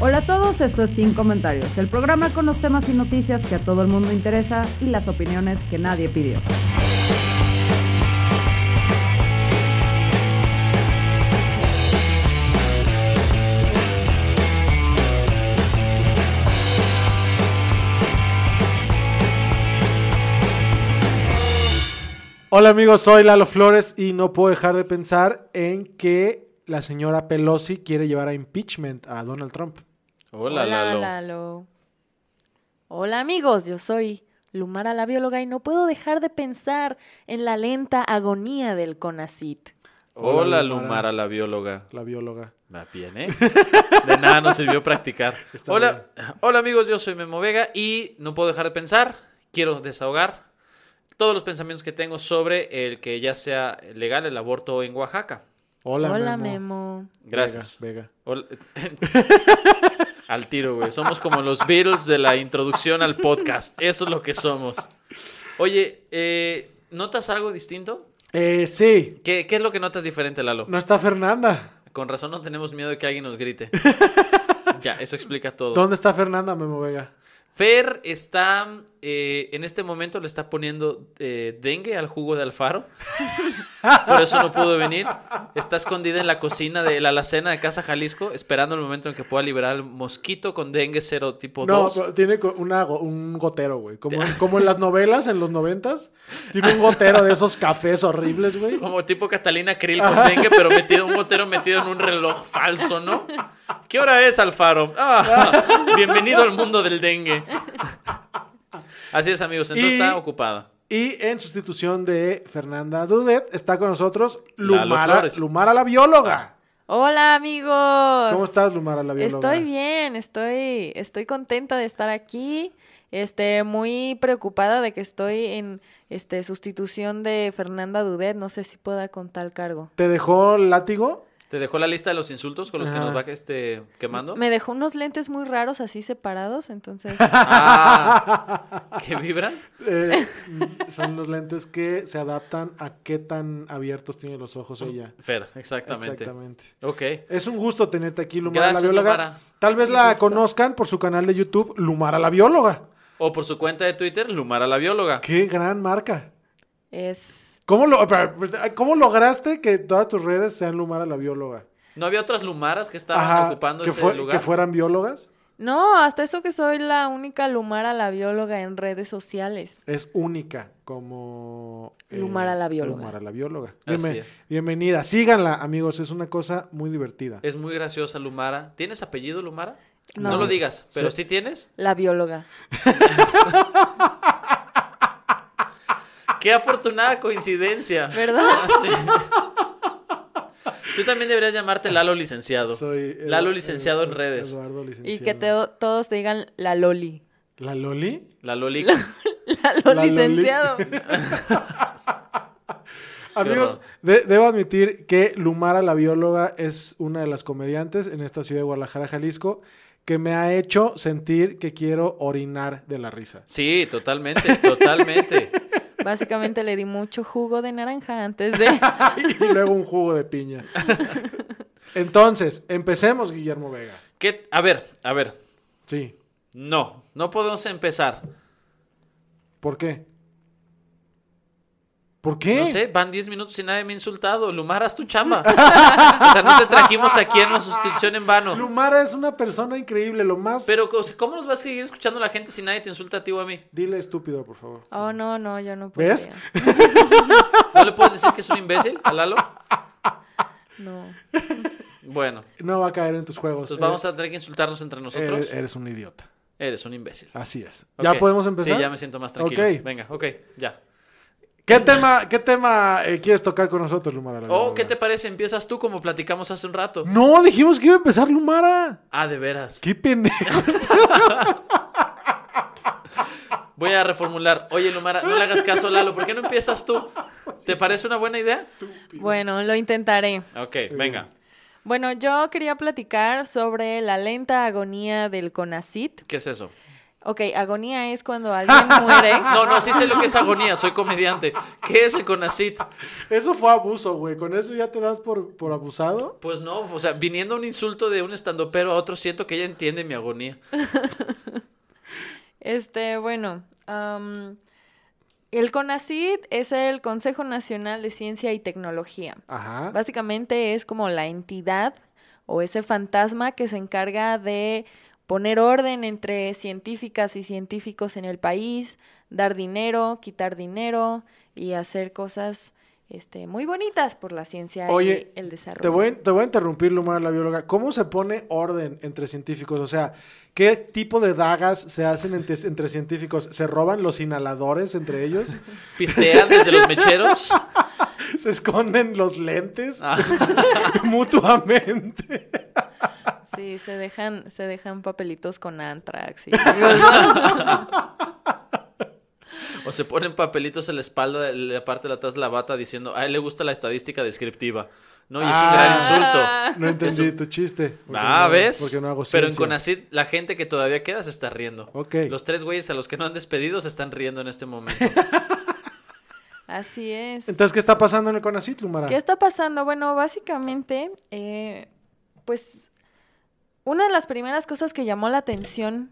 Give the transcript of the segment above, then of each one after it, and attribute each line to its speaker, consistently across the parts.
Speaker 1: Hola a todos, esto es Sin Comentarios, el programa con los temas y noticias que a todo el mundo interesa y las opiniones que nadie pidió.
Speaker 2: Hola amigos, soy Lalo Flores y no puedo dejar de pensar en que la señora Pelosi quiere llevar a impeachment a Donald Trump.
Speaker 3: Hola, Lalo.
Speaker 4: Hola amigos, yo soy Lumara la bióloga y no puedo dejar de pensar en la lenta agonía del CONACIT.
Speaker 3: Hola,
Speaker 2: Hola, Lumara.
Speaker 3: Lumara. la bióloga.
Speaker 2: La bióloga.
Speaker 3: Va bien, ¿eh? De nada nos sirvió practicar.
Speaker 2: Está
Speaker 3: Hola, hola amigos, yo soy Memo Vega y no puedo dejar de pensar, quiero desahogar todos los pensamientos que tengo sobre el que ya sea legal el aborto en Oaxaca.
Speaker 2: Hola, Memo.
Speaker 4: Memo.
Speaker 3: Gracias.
Speaker 2: Vega,
Speaker 3: Hola- Al tiro, güey. Somos como los Beatles de la introducción al podcast. Eso es lo que somos. Oye, eh, ¿notas algo distinto?
Speaker 2: Vega. Eh, sí,
Speaker 3: ¿Qué, qué es lo que notas diferente, Lalo?
Speaker 2: no está Fernanda.
Speaker 3: Con razón no tenemos miedo de que alguien nos grite. ya, eso explica todo.
Speaker 2: ¿Dónde está Fernanda, Memo Vega?
Speaker 3: Fer está, eh, en este momento le está poniendo eh, dengue al jugo de Alfaro. Por eso no pudo venir. Está escondida en la cocina de la alacena de Casa Jalisco, esperando el momento en que pueda liberar al mosquito con dengue cero tipo
Speaker 2: No,
Speaker 3: 2.
Speaker 2: pero tiene co- una go- un gotero, güey. Como, como en las novelas, en los noventas. Tiene un gotero de esos cafés horribles, güey.
Speaker 3: Como tipo Catalina Krill con dengue, pero metido, un botero metido en un reloj falso, ¿no? ¿Qué hora es, Alfaro? Ah, bienvenido al mundo del dengue. Así es, amigos. Entonces
Speaker 2: Y-
Speaker 3: está ocupada.
Speaker 2: Y en sustitución de Fernanda Dudet, está con nosotros
Speaker 3: Lalo
Speaker 2: Lumara,
Speaker 3: Flores.
Speaker 2: Lumara la bióloga.
Speaker 4: Hola amigos.
Speaker 2: ¿Cómo estás, Lumara la bióloga?
Speaker 4: Estoy bien, estoy, estoy contenta de estar aquí. Este, muy preocupada de que estoy en este sustitución de Fernanda Dudet. No sé si pueda con tal cargo.
Speaker 2: ¿Te dejó el látigo?
Speaker 3: ¿Te dejó la lista de los insultos con los que
Speaker 2: Ajá.
Speaker 3: nos va este, quemando?
Speaker 4: Me dejó unos lentes muy raros así separados, entonces.
Speaker 3: Ah, ¿Qué vibra?
Speaker 2: Eh, mm, son los lentes que se adaptan a qué tan abiertos tiene los ojos ella.
Speaker 3: Fer, exactamente.
Speaker 2: Exactamente.
Speaker 3: Ok.
Speaker 2: Es un gusto tenerte aquí, Lumara
Speaker 3: Gracias,
Speaker 2: la bióloga.
Speaker 3: Lumara.
Speaker 2: Tal vez
Speaker 4: Un
Speaker 2: la
Speaker 4: gusto.
Speaker 2: conozcan por su canal de YouTube, Lumara la bióloga.
Speaker 3: O por su cuenta de Twitter, Lumara la bióloga.
Speaker 2: Qué gran marca.
Speaker 4: es
Speaker 2: ¿Cómo, lo- pero- pero- ¿Cómo lograste que todas tus redes sean Lumara la bióloga?
Speaker 3: ¿No había otras Lumaras que estaban
Speaker 2: Ajá,
Speaker 3: ocupando
Speaker 2: que,
Speaker 3: ese
Speaker 2: fue-
Speaker 3: lugar?
Speaker 2: que fueran biólogas.
Speaker 4: No, hasta eso que soy la única Lumara la bióloga en redes sociales.
Speaker 2: Es única como... eh,
Speaker 4: Lumara la bióloga.
Speaker 2: Lumara la bióloga.
Speaker 3: Así
Speaker 2: Bienven-
Speaker 3: es.
Speaker 2: Bienvenida. Síganla, amigos. Es una cosa muy divertida.
Speaker 3: Es muy graciosa, Lumara. ¿Tienes apellido, Lumara? No,
Speaker 4: No.
Speaker 3: lo digas, pero
Speaker 2: Sí.
Speaker 3: sí tienes.
Speaker 4: La bióloga.
Speaker 3: ¡Qué afortunada coincidencia!
Speaker 4: ¿Verdad?
Speaker 3: Ah, sí. Tú también deberías llamarte Lalo Licenciado.
Speaker 2: Soy Edu-
Speaker 3: Lalo Licenciado en
Speaker 2: Edu-
Speaker 3: redes.
Speaker 2: Eduardo licenciado.
Speaker 4: Y que te- todos te digan la Loli.
Speaker 2: ¿La Loli?
Speaker 3: La Loli.
Speaker 4: La
Speaker 2: La
Speaker 4: Loli
Speaker 2: Loli.
Speaker 4: licenciado.
Speaker 2: Amigos, de- debo admitir que Lumara, la bióloga, es una de las comediantes en esta ciudad de Guadalajara, Jalisco, que me ha hecho sentir que quiero orinar de la risa.
Speaker 3: Sí, totalmente, totalmente.
Speaker 4: Básicamente le di mucho jugo de naranja antes de.
Speaker 2: y luego un jugo de piña. Entonces, empecemos, Guillermo Vega.
Speaker 3: ¿Qué? A ver, a ver.
Speaker 2: Sí.
Speaker 3: No, no podemos empezar.
Speaker 2: ¿Por qué? ¿Por qué?
Speaker 3: No sé, van 10 minutos y nadie me ha insultado. Lumar, haz tu chamba. o sea, no te trajimos aquí en una sustitución en vano.
Speaker 2: Lumara es una persona increíble, lo más...
Speaker 3: Pero, o sea, ¿cómo nos vas a seguir escuchando la gente si nadie te insulta a ti o a mí?
Speaker 2: Dile estúpido, por favor.
Speaker 4: Oh, no, no, yo no podría.
Speaker 2: ¿Ves?
Speaker 3: ¿No le puedes decir que es un imbécil a Lalo?
Speaker 4: No.
Speaker 3: Bueno,
Speaker 2: No va a caer en tus juegos. Eh,
Speaker 3: entonces vamos a tener que insultarnos entre nosotros.
Speaker 2: Eres, eres un idiota.
Speaker 3: Eres un imbécil.
Speaker 2: Así es.
Speaker 3: Ok.
Speaker 2: ¿Ya podemos empezar?
Speaker 3: Sí, ya me siento más tranquilo.
Speaker 2: Ok.
Speaker 3: Venga, ok, ya.
Speaker 2: ¿Qué tema, qué tema eh, quieres tocar con nosotros, Lumara? la
Speaker 3: Oh,
Speaker 2: verdad?
Speaker 3: ¿qué te parece? Empiezas tú como platicamos hace un rato.
Speaker 2: No, dijimos que iba a empezar Lumara.
Speaker 3: Ah, de veras.
Speaker 2: ¡Qué pendejo!
Speaker 3: Voy a reformular. Oye, Lumara, no le hagas caso a Lalo. ¿Por qué no empiezas tú? ¿Te parece una buena idea?
Speaker 4: Bueno, lo intentaré.
Speaker 3: Ok, venga.
Speaker 4: Bueno, yo quería platicar sobre la lenta agonía del CONACIT.
Speaker 3: ¿Qué es eso?
Speaker 4: Ok, agonía es cuando alguien muere.
Speaker 3: No, no, sí sé lo que es agonía. Soy comediante. ¿Qué es el Conacit?
Speaker 2: Eso fue abuso, güey. ¿Con eso ya te das por, por abusado?
Speaker 3: Pues no, o sea, viniendo un insulto de un estandopero a otro, siento que ella entiende mi agonía.
Speaker 4: Este, bueno, am, el CONACYT es el Consejo Nacional de Ciencia y Tecnología.
Speaker 2: Ajá.
Speaker 4: Básicamente es como la entidad o ese fantasma que se encarga de poner orden entre científicas y científicos en el país, dar dinero, quitar dinero y hacer cosas este, muy bonitas por la ciencia
Speaker 2: Oye,
Speaker 4: y el desarrollo.
Speaker 2: Te voy, te voy a interrumpir, Lumara, la bióloga. ¿Cómo se pone orden entre científicos? O sea, ¿qué tipo de dagas se hacen entre, entre científicos? ¿Se roban los inhaladores entre ellos?
Speaker 3: Pistean desde los mecheros.
Speaker 2: ¿Se esconden los lentes
Speaker 3: Ah,
Speaker 2: mutuamente?
Speaker 4: Sí, se dejan, se dejan papelitos con antrax. y-
Speaker 3: o se ponen papelitos en la espalda, en la parte de atrás de la bata, diciendo, a él le gusta la estadística descriptiva. No, y es un gran insulto.
Speaker 4: Ah.
Speaker 2: No entendí tu chiste. porque
Speaker 3: Ah,
Speaker 2: no-
Speaker 3: ¿ves?
Speaker 2: Porque no hago
Speaker 3: Pero en
Speaker 2: ciencia.
Speaker 3: Conacid la gente que todavía queda se está riendo.
Speaker 2: Ok.
Speaker 3: Los tres güeyes a los que no han despedido se están riendo en este momento.
Speaker 4: Así es.
Speaker 2: Entonces, ¿qué está pasando en el Conacit, Lumara?
Speaker 4: ¿Qué está pasando? Bueno, básicamente, eh, pues una de las primeras cosas que llamó la atención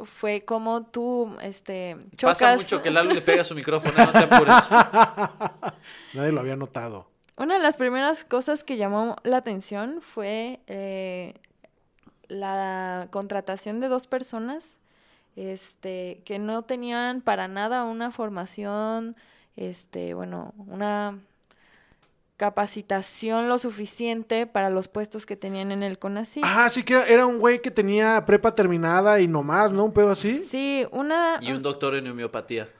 Speaker 4: fue cómo tú, este, chocas.
Speaker 3: Pasa mucho que Lalo le pega a su micrófono, no te apures.
Speaker 2: Nadie lo había notado.
Speaker 4: Una de las primeras cosas que llamó la atención fue eh, la contratación de dos personas, este, que no tenían para nada una formación, este, bueno, una capacitación lo suficiente para los puestos que tenían en el CONACYT.
Speaker 2: Ah, sí que era- era un güey que tenía prepa terminada y nomás, ¿no? Un pedo así.
Speaker 4: Sí, una...
Speaker 3: Y un doctor en homeopatía.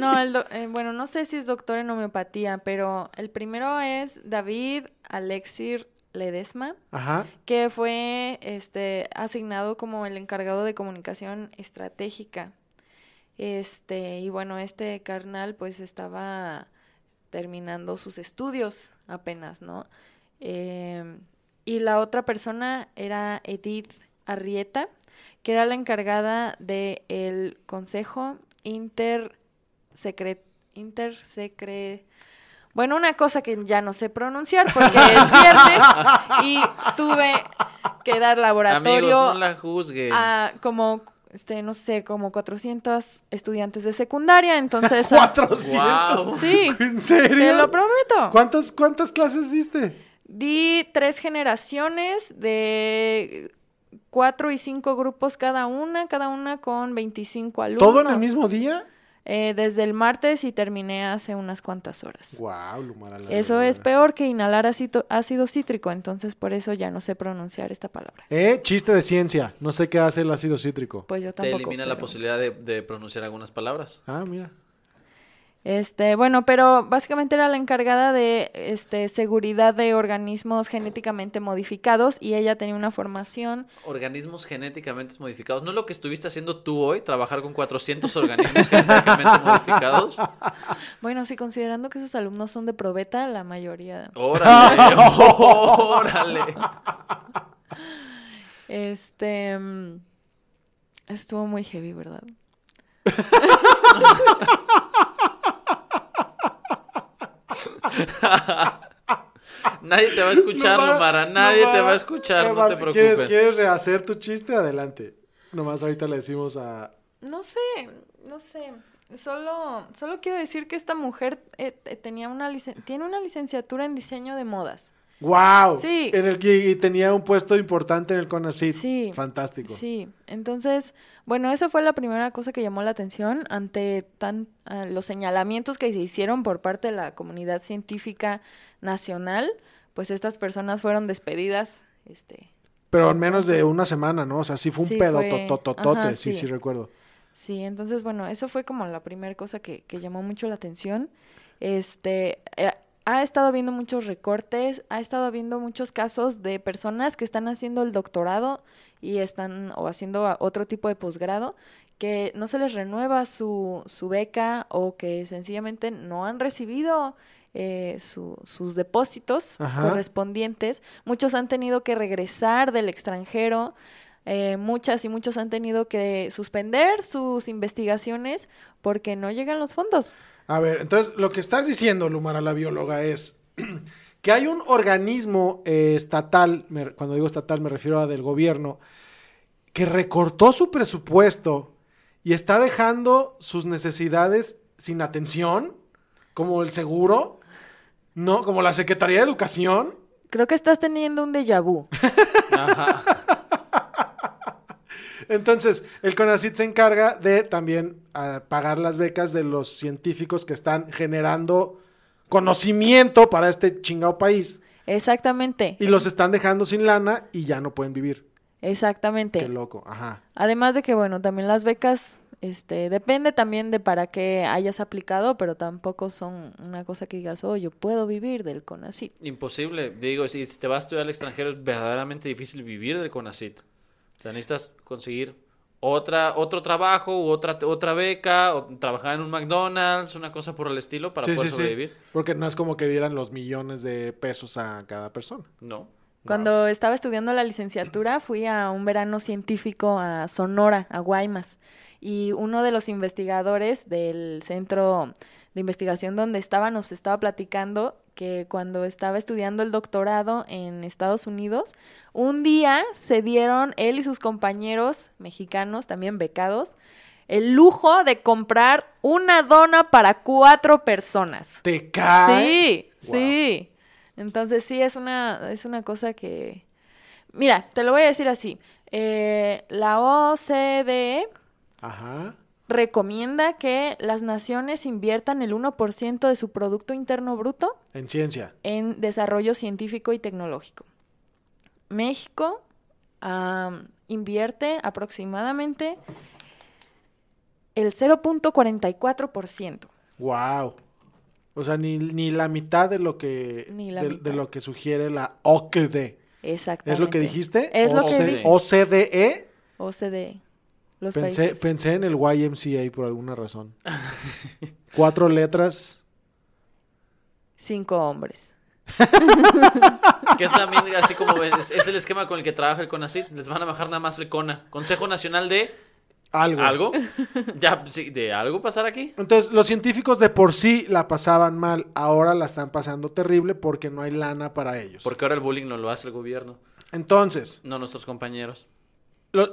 Speaker 4: No, el do- eh, bueno, no sé si es doctor en homeopatía, pero el primero es David Alexir Ledesma.
Speaker 2: Ajá.
Speaker 4: que fue este asignado como el encargado de comunicación estratégica. Este, y bueno, este carnal pues estaba terminando sus estudios apenas, ¿no? Eh, y la otra persona era Edith Arrieta, que era la encargada del Consejo Intersecre- Intersecre... Bueno, una cosa que ya no sé pronunciar porque es viernes y tuve que dar
Speaker 3: Amigos,
Speaker 4: laboratorio
Speaker 3: no la juzguen.
Speaker 4: a como, este, no sé, como 400 estudiantes de secundaria, entonces... ah,
Speaker 2: ¡400!
Speaker 3: Guau.
Speaker 4: Sí,
Speaker 2: ¿En serio?
Speaker 4: te lo prometo.
Speaker 2: ¿Cuántas, ¿Cuántas clases diste?
Speaker 4: Di tres generaciones de cuatro y cinco grupos cada una, cada una con 25 alumnos.
Speaker 2: ¿Todo en el mismo día?
Speaker 4: Eh, desde el martes y terminé hace unas cuantas horas.
Speaker 2: Wow, Lumara. la
Speaker 4: Eso es
Speaker 2: verdad.
Speaker 4: peor que inhalar acito- ácido cítrico, entonces por eso ya no sé pronunciar esta palabra.
Speaker 2: Eh, chiste de ciencia. No sé qué hace el ácido cítrico.
Speaker 4: Pues yo
Speaker 3: Te
Speaker 4: tampoco.
Speaker 3: elimina la
Speaker 4: pero-
Speaker 3: posibilidad de, de pronunciar algunas palabras.
Speaker 2: Ah, mira.
Speaker 4: Este, bueno, pero básicamente era la encargada de este seguridad de organismos genéticamente modificados y ella tenía una formación
Speaker 3: Organismos genéticamente modificados. ¿No es lo que estuviste haciendo tú hoy? Trabajar con 400 organismos genéticamente modificados.
Speaker 4: Bueno, sí, considerando que esos alumnos son de probeta, la mayoría.
Speaker 3: Órale, órale.
Speaker 4: Este. mm, Estuvo muy heavy, ¿verdad?
Speaker 3: Nadie te va a escuchar, Lumara. Nadie te va a escuchar, no te
Speaker 2: Eva, ¿quieres,
Speaker 3: preocupes.
Speaker 2: ¿Quieres rehacer tu chiste? Adelante. Nomás ahorita le decimos a...
Speaker 4: No sé, no sé. Solo, solo quiero decir que esta mujer eh, te- tenía una licen- tiene una licenciatura en diseño de modas.
Speaker 2: ¡Wow!
Speaker 4: Sí.
Speaker 2: En el que y tenía un puesto importante en el CONACYT.
Speaker 4: Sí.
Speaker 2: Fantástico.
Speaker 4: Sí, entonces, bueno, esa fue la primera cosa que llamó la atención ante tan, ah, los señalamientos que se hicieron por parte de la comunidad científica nacional, pues estas personas fueron despedidas, este,
Speaker 2: Pero en menos de una semana, ¿no? O sea, sí fue un
Speaker 4: Sí,
Speaker 2: pedo
Speaker 4: fue-
Speaker 2: totototote.
Speaker 4: Ajá,
Speaker 2: sí, sí,
Speaker 4: sí.
Speaker 2: recuerdo.
Speaker 4: Sí, entonces, bueno, eso fue como la primera cosa que, que llamó mucho la atención. Este, eh, ha estado habiendo muchos recortes, ha estado habiendo muchos casos de personas que están haciendo el doctorado y están o haciendo a- otro tipo de posgrado que no se les renueva su, su beca o que sencillamente no han recibido eh, su- sus depósitos
Speaker 2: Ajá.
Speaker 4: correspondientes. Muchos han tenido que regresar del extranjero. eh, muchas y muchos han tenido que suspender sus investigaciones porque no llegan los fondos.
Speaker 2: A ver, entonces lo que estás diciendo, Lumara, la bióloga, es que hay un organismo eh, estatal, me- cuando digo estatal me refiero a del gobierno, que recortó su presupuesto y está dejando sus necesidades sin atención, como el seguro, ¿no? Como la Secretaría de Educación.
Speaker 4: Creo que estás teniendo un déjà vu.
Speaker 3: Ajá.
Speaker 2: Entonces, el CONACYT se encarga de también ah, pagar las becas de los científicos que están generando conocimiento para este chingado país.
Speaker 4: Exactamente,
Speaker 2: Y los están dejando sin lana y ya no pueden vivir. Qué
Speaker 4: exactamente.
Speaker 2: loco, ajá.
Speaker 4: Además de que, bueno, también las becas, este, depende también de para qué hayas aplicado, pero tampoco son una cosa que digas, oh, yo puedo vivir del CONACYT.
Speaker 3: Imposible. Digo, si te vas a estudiar al extranjero es verdaderamente difícil vivir del CONACYT. O sea, necesitas conseguir otra, otro trabajo u otra, otra beca, o trabajar en un McDonald's, una cosa por el estilo para
Speaker 2: Sí,
Speaker 3: poder
Speaker 2: sí, sí.
Speaker 3: sobrevivir.
Speaker 2: Porque no es como que dieran los millones de pesos a cada persona.
Speaker 3: No.
Speaker 4: Cuando estaba estudiando la licenciatura, fui a un verano científico a Sonora, a Guaymas, y uno de los investigadores del centro de investigación donde estaba nos estaba platicando que cuando estaba estudiando el doctorado en Estados Unidos, un día se dieron él y sus compañeros mexicanos, también becados, el lujo de comprar una dona para cuatro personas.
Speaker 2: Te cae.
Speaker 4: Sí,
Speaker 2: Guau.
Speaker 4: sí. Entonces sí, es una, es una cosa que... Mira, te lo voy a decir así. Eh, la OCDE
Speaker 2: Ajá.
Speaker 4: E recomienda que las naciones inviertan el 1% de su Producto Interno Bruto
Speaker 2: En ciencia.
Speaker 4: en desarrollo científico y tecnológico. México am, invierte aproximadamente el 0.44%.
Speaker 2: Wow. O sea, ni, ni la mitad de lo que
Speaker 4: Ni la
Speaker 2: de,
Speaker 4: mitad.
Speaker 2: de lo que sugiere la OCDE.
Speaker 4: Exactamente.
Speaker 2: ¿Es lo que dijiste?
Speaker 4: Es lo que
Speaker 2: OCDE.
Speaker 4: dije.
Speaker 2: OCDE.
Speaker 4: OCDE. E, Los
Speaker 2: E. Pensé,
Speaker 4: países.
Speaker 2: pensé en el YMCA por alguna razón. Cuatro letras.
Speaker 4: Cinco hombres.
Speaker 3: Que es también así como es, es el esquema con el que trabaja el CONACYT. Les van a bajar nada más el CONA. Consejo Nacional de
Speaker 2: Algo.
Speaker 3: algo. Ya, sí, de algo pasar aquí.
Speaker 2: Entonces, los científicos de por sí la pasaban mal, ahora la están pasando terrible porque no hay lana para ellos.
Speaker 3: Porque ahora el bullying no lo hace el gobierno,
Speaker 2: Entonces,
Speaker 3: no nuestros compañeros.
Speaker 2: lo-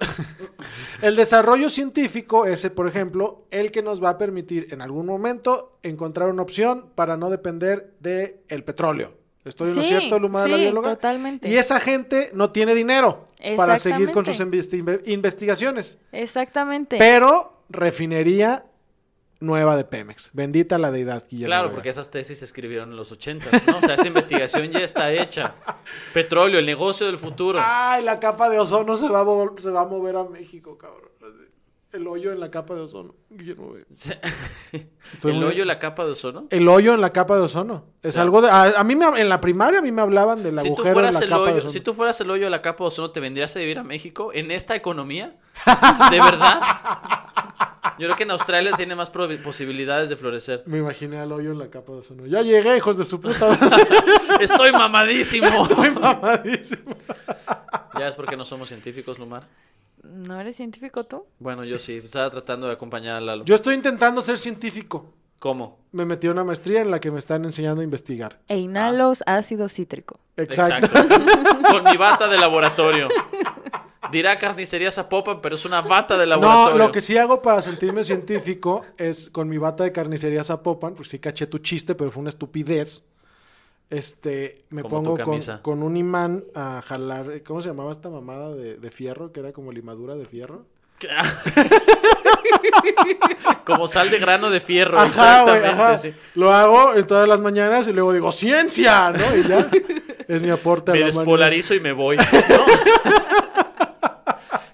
Speaker 2: el desarrollo científico es, por ejemplo, el que nos va a permitir en algún momento encontrar una opción para no depender del petróleo. ¿Estoy en lo
Speaker 4: Sí,
Speaker 2: cierto, Luma de la
Speaker 4: sí,
Speaker 2: bióloga?
Speaker 4: totalmente.
Speaker 2: Y esa gente no tiene dinero para seguir con
Speaker 4: Exactamente.
Speaker 2: sus investi- investigaciones.
Speaker 4: Exactamente.
Speaker 2: Pero refinería nueva de Pemex. Bendita la deidad, Guillermo.
Speaker 3: Claro,
Speaker 2: Vega.
Speaker 3: porque esas tesis se escribieron en los 80, ¿no? O sea, esa investigación ya está hecha. Petróleo, el negocio del futuro.
Speaker 2: Ay, la capa de ozono se va a, vol- se va a mover a México, cabrón. El hoyo en la capa de ozono. Guillermo Vega.
Speaker 3: Se-
Speaker 2: Estoy
Speaker 3: El
Speaker 2: muy-
Speaker 3: hoyo, la capa de ozono.
Speaker 2: El hoyo en la capa de ozono. Es
Speaker 3: O sea-
Speaker 2: algo de. A, a mí me, en la primaria a mí me hablaban del
Speaker 3: Si tú,
Speaker 2: agujero en
Speaker 3: fueras
Speaker 2: la
Speaker 3: el
Speaker 2: capa de
Speaker 3: hoyo,
Speaker 2: ozono.
Speaker 3: si tú fueras el hoyo, la capa de ozono, ¿te vendrías a vivir a México en esta economía? ¿De verdad? Yo creo que en Australia tiene más prob- posibilidades de florecer.
Speaker 2: Me imaginé al hoyo en la capa de ozono. Ya llegué, hijos de su puta.
Speaker 3: Estoy mamadísimo.
Speaker 2: Estoy mamadísimo.
Speaker 3: Ya es porque no somos científicos, Lumar.
Speaker 4: ¿No eres científico tú?
Speaker 3: Bueno, yo sí, estaba tratando de acompañar a Lalo.
Speaker 2: Yo estoy intentando ser científico.
Speaker 3: ¿Cómo?
Speaker 2: Me metí a una maestría en la que me están enseñando a investigar.
Speaker 4: E inhalos ácido cítrico.
Speaker 2: Exacto.
Speaker 3: Con mi bata de laboratorio. Dirá carnicería Zapopan, pero es una bata de
Speaker 2: No,
Speaker 3: laboratorio.
Speaker 2: lo que sí hago para sentirme científico es con mi bata de carnicería Zapopan, porque sí caché tu chiste, pero fue una estupidez. Este, me
Speaker 3: Como tu
Speaker 2: pongo con,
Speaker 3: camisa.
Speaker 2: con un imán a jalar, eh, ¿cómo se llamaba esta mamada de, de fierro? Que era como limadura de fierro.
Speaker 3: Como sal de grano de fierro,
Speaker 2: Ajá, güey,
Speaker 3: exactamente.
Speaker 2: ajá.
Speaker 3: sí.
Speaker 2: Lo hago en todas las mañanas y luego digo, ¡ciencia! ¿No? Y ya. Es mi aporte a
Speaker 3: Me
Speaker 2: la humanidad.
Speaker 3: despolarizo y me voy. ¿no?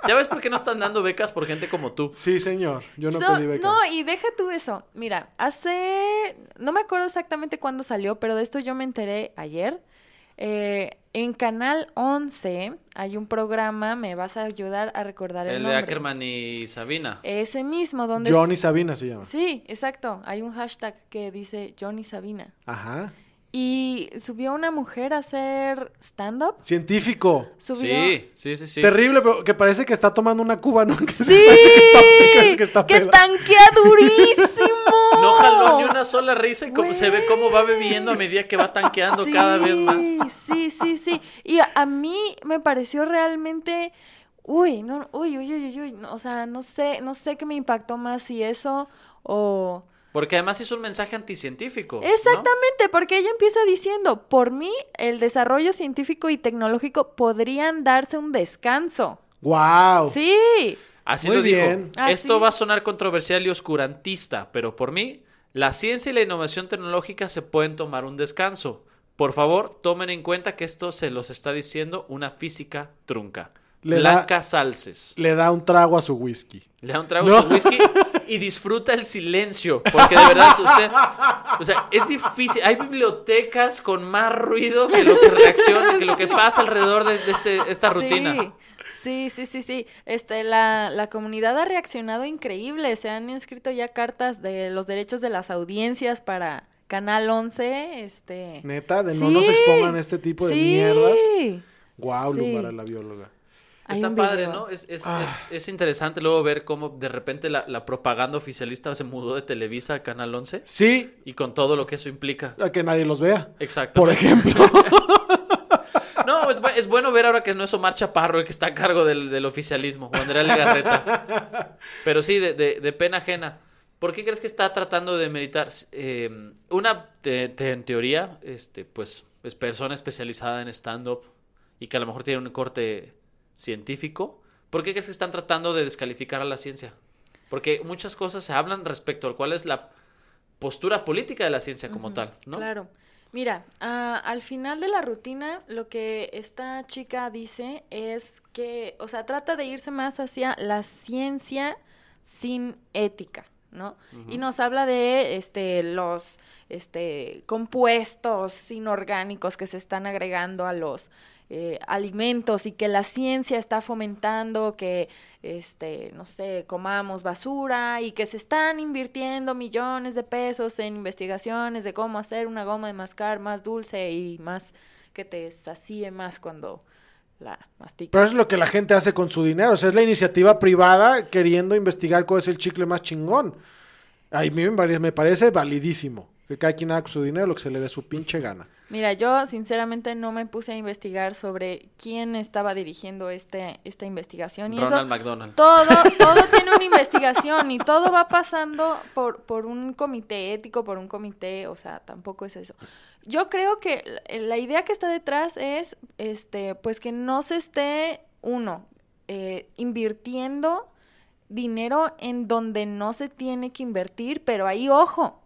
Speaker 3: Ya ves por qué no están dando becas por gente como tú.
Speaker 2: Sí, señor. Yo no
Speaker 4: So-
Speaker 2: pedí beca.
Speaker 4: no, y deja tú eso. Mira, hace. No me acuerdo exactamente cuándo salió, pero de esto yo me enteré ayer. Eh, en Canal 11 hay un programa, me vas a ayudar a recordar el,
Speaker 3: El de
Speaker 4: nombre. Eh,
Speaker 3: Ackerman y Sabina.
Speaker 4: Ese mismo, donde.
Speaker 2: Johnny Sabina se llama.
Speaker 4: Sí, exacto. Hay un hashtag que dice Johnny Sabina.
Speaker 2: Ajá.
Speaker 4: Y subió una mujer a hacer stand-up.
Speaker 2: Científico.
Speaker 4: Subió.
Speaker 3: Sí, sí, sí, sí.
Speaker 2: Terrible, pero que parece que está tomando una cuba, ¿no? Que
Speaker 4: ¡Sí!
Speaker 2: parece que está, parece que está
Speaker 4: ¡Que
Speaker 2: peda.
Speaker 4: tanquea durísimo!
Speaker 3: No jaló ni una sola risa y co- se ve
Speaker 4: Güey.
Speaker 3: cómo va bebiendo a medida que va tanqueando cada vez más.
Speaker 4: Sí, sí, sí. Y a, a mí me pareció realmente. Uy, no, uy, uy, uy, uy, uy, no, o sea, no sé, no sé qué me impactó más si eso o...
Speaker 3: Porque además hizo un mensaje anticientífico. ¿no?
Speaker 4: Exactamente, porque ella empieza diciendo, por mí el desarrollo científico y tecnológico podrían darse un descanso.
Speaker 3: Oh.
Speaker 2: ¡Wow!
Speaker 4: Sí.
Speaker 3: Así
Speaker 2: Muy
Speaker 3: lo dijo.
Speaker 2: bien.
Speaker 4: Ah,
Speaker 3: Esto
Speaker 4: sí.
Speaker 3: va a sonar controversial y oscurantista, pero por mí, la ciencia y la innovación tecnológica se pueden tomar un descanso. Por favor, tomen en cuenta que esto se los está diciendo una física trunca.
Speaker 2: Le da-
Speaker 3: Blanca Salces.
Speaker 2: Le da un trago a su whisky.
Speaker 3: Le da un trago
Speaker 2: No.
Speaker 3: a su whisky y disfruta el silencio. Porque de verdad, si usted. O sea, es difícil. Hay bibliotecas con más ruido que lo que reacciona, que lo que pasa alrededor de, de este- esta rutina.
Speaker 4: Sí, sí, sí, sí. Este, la, la comunidad ha reaccionado increíble. Se han inscrito ya cartas de los derechos de las audiencias para Canal 11. Este...
Speaker 2: Neta, de no
Speaker 4: Sí.
Speaker 2: nos expongan a este tipo de
Speaker 4: sí.
Speaker 2: mierdas. ¡Wow,
Speaker 4: Sí.
Speaker 2: Lumara, la bióloga!
Speaker 4: Hay
Speaker 3: Está
Speaker 4: un
Speaker 3: padre,
Speaker 4: video.
Speaker 3: ¿no? Es, es- es- es interesante luego ver cómo de repente la, la propaganda oficialista se mudó de Televisa a Canal 11
Speaker 2: Sí,
Speaker 3: y con todo lo que eso implica.
Speaker 2: a que nadie los vea.
Speaker 3: Exacto.
Speaker 2: Por ejemplo.
Speaker 3: No, es, bu- es bueno ver ahora que no es Omar Chaparro el que está a cargo del, del oficialismo, o Andrea Legarreta. Pero sí, de, de- de pena ajena. ¿Por qué crees que está tratando de meditar? Eh, una, te- te- en teoría, este, pues es persona especializada en stand-up y que a lo mejor tiene un corte científico. ¿Por qué crees que están tratando de descalificar a la ciencia? Porque muchas cosas se hablan respecto al cuál es la postura política de la ciencia como tal, ¿no?
Speaker 4: Claro. Mira, ah, al final de la rutina, lo que esta chica dice es que, o sea, trata de irse más hacia la ciencia sin ética, ¿no? Y nos habla de este, los este, compuestos inorgánicos que se están agregando a los eh, alimentos y que la ciencia está fomentando que, este, no sé, comamos basura y que se están invirtiendo millones de pesos en investigaciones de cómo hacer una goma de mascar más dulce y más que te sacie más cuando la masticas.
Speaker 2: Pero es lo que la gente hace con su dinero. O sea, es la iniciativa privada queriendo investigar cuál es el chicle más chingón. A mí me pare- me parece validísimo. Que cada quien haga con su dinero lo que se le dé su pinche gana.
Speaker 4: Mira, yo sinceramente no me puse a investigar sobre quién estaba dirigiendo este, esta investigación y eso
Speaker 3: Ronald McDonald.
Speaker 4: Todo, todo tiene una investigación y todo va pasando por, por un comité ético, por un comité, o sea, tampoco es eso. Yo creo que la- la idea que está detrás es, este, pues que no se esté, uno, eh, invirtiendo dinero en donde no se tiene que invertir, pero ahí, ojo,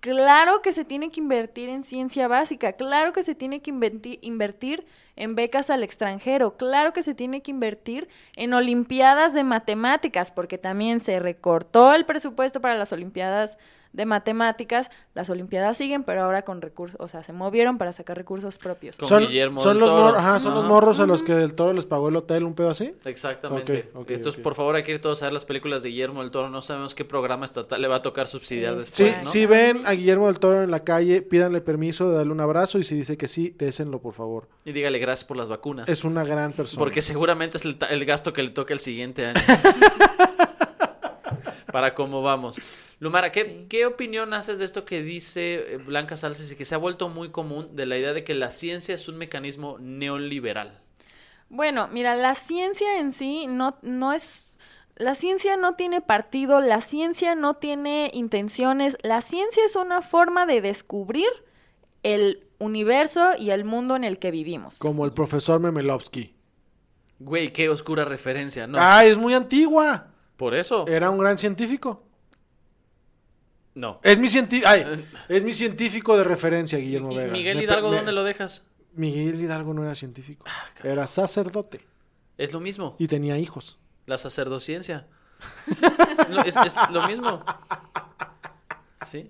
Speaker 4: Claro que se tiene que invertir en ciencia básica, claro que se tiene que inventi- invertir en becas al extranjero, claro que se tiene que invertir en Olimpiadas de Matemáticas, porque también se recortó el presupuesto para las Olimpiadas de Matemáticas, las Olimpiadas siguen, pero ahora con recursos, o sea, se movieron para sacar recursos propios.
Speaker 3: Con
Speaker 2: son
Speaker 3: Guillermo
Speaker 2: son
Speaker 3: del
Speaker 2: los,
Speaker 3: Toro,
Speaker 2: mor- ajá, son
Speaker 3: ¿no?
Speaker 2: los morros a los que del toro les pagó el hotel, un pedo así.
Speaker 3: Exactamente.
Speaker 2: Ok, ok,
Speaker 3: Entonces,
Speaker 2: ok.
Speaker 3: por favor, hay que ir todos a ver las películas de Guillermo del Toro. No sabemos qué programa estatal le va a tocar subsidiar
Speaker 2: Sí,
Speaker 3: después, ¿no?
Speaker 2: si ven a Guillermo del Toro en la calle, pídanle permiso de darle un abrazo y si dice que sí, désenlo, por favor.
Speaker 3: Y dígale gracias por las vacunas.
Speaker 2: Es una gran persona.
Speaker 3: Porque seguramente es el, ta- el gasto que le toca el siguiente año. Para cómo vamos. Lumara, ¿qué,
Speaker 4: Sí.
Speaker 3: ¿qué opinión haces de esto que dice eh, Blanca Salces y que se ha vuelto muy común de la idea de que la ciencia es un mecanismo neoliberal?
Speaker 4: Bueno, mira, la ciencia en sí no, no es... La ciencia no tiene partido, la ciencia no tiene intenciones, la ciencia es una forma de descubrir el universo y el mundo en el que vivimos.
Speaker 2: Como el profesor Memelovsky.
Speaker 3: Güey, qué oscura referencia, ¿no?
Speaker 2: Ah, Eh, es muy antigua.
Speaker 3: Por eso,
Speaker 2: Era un gran científico.
Speaker 3: no.
Speaker 2: Es mi científico. es mi científico de referencia,
Speaker 3: ¿Y
Speaker 2: Guillermo Vega.
Speaker 3: Miguel
Speaker 2: Me-
Speaker 3: Hidalgo Ah,
Speaker 2: me-
Speaker 3: dónde lo dejas?
Speaker 2: Miguel Hidalgo no era científico. Era sacerdote.
Speaker 3: Es lo mismo.
Speaker 2: y tenía hijos.
Speaker 3: La sacerdociencia. No, es, es lo mismo. Sí,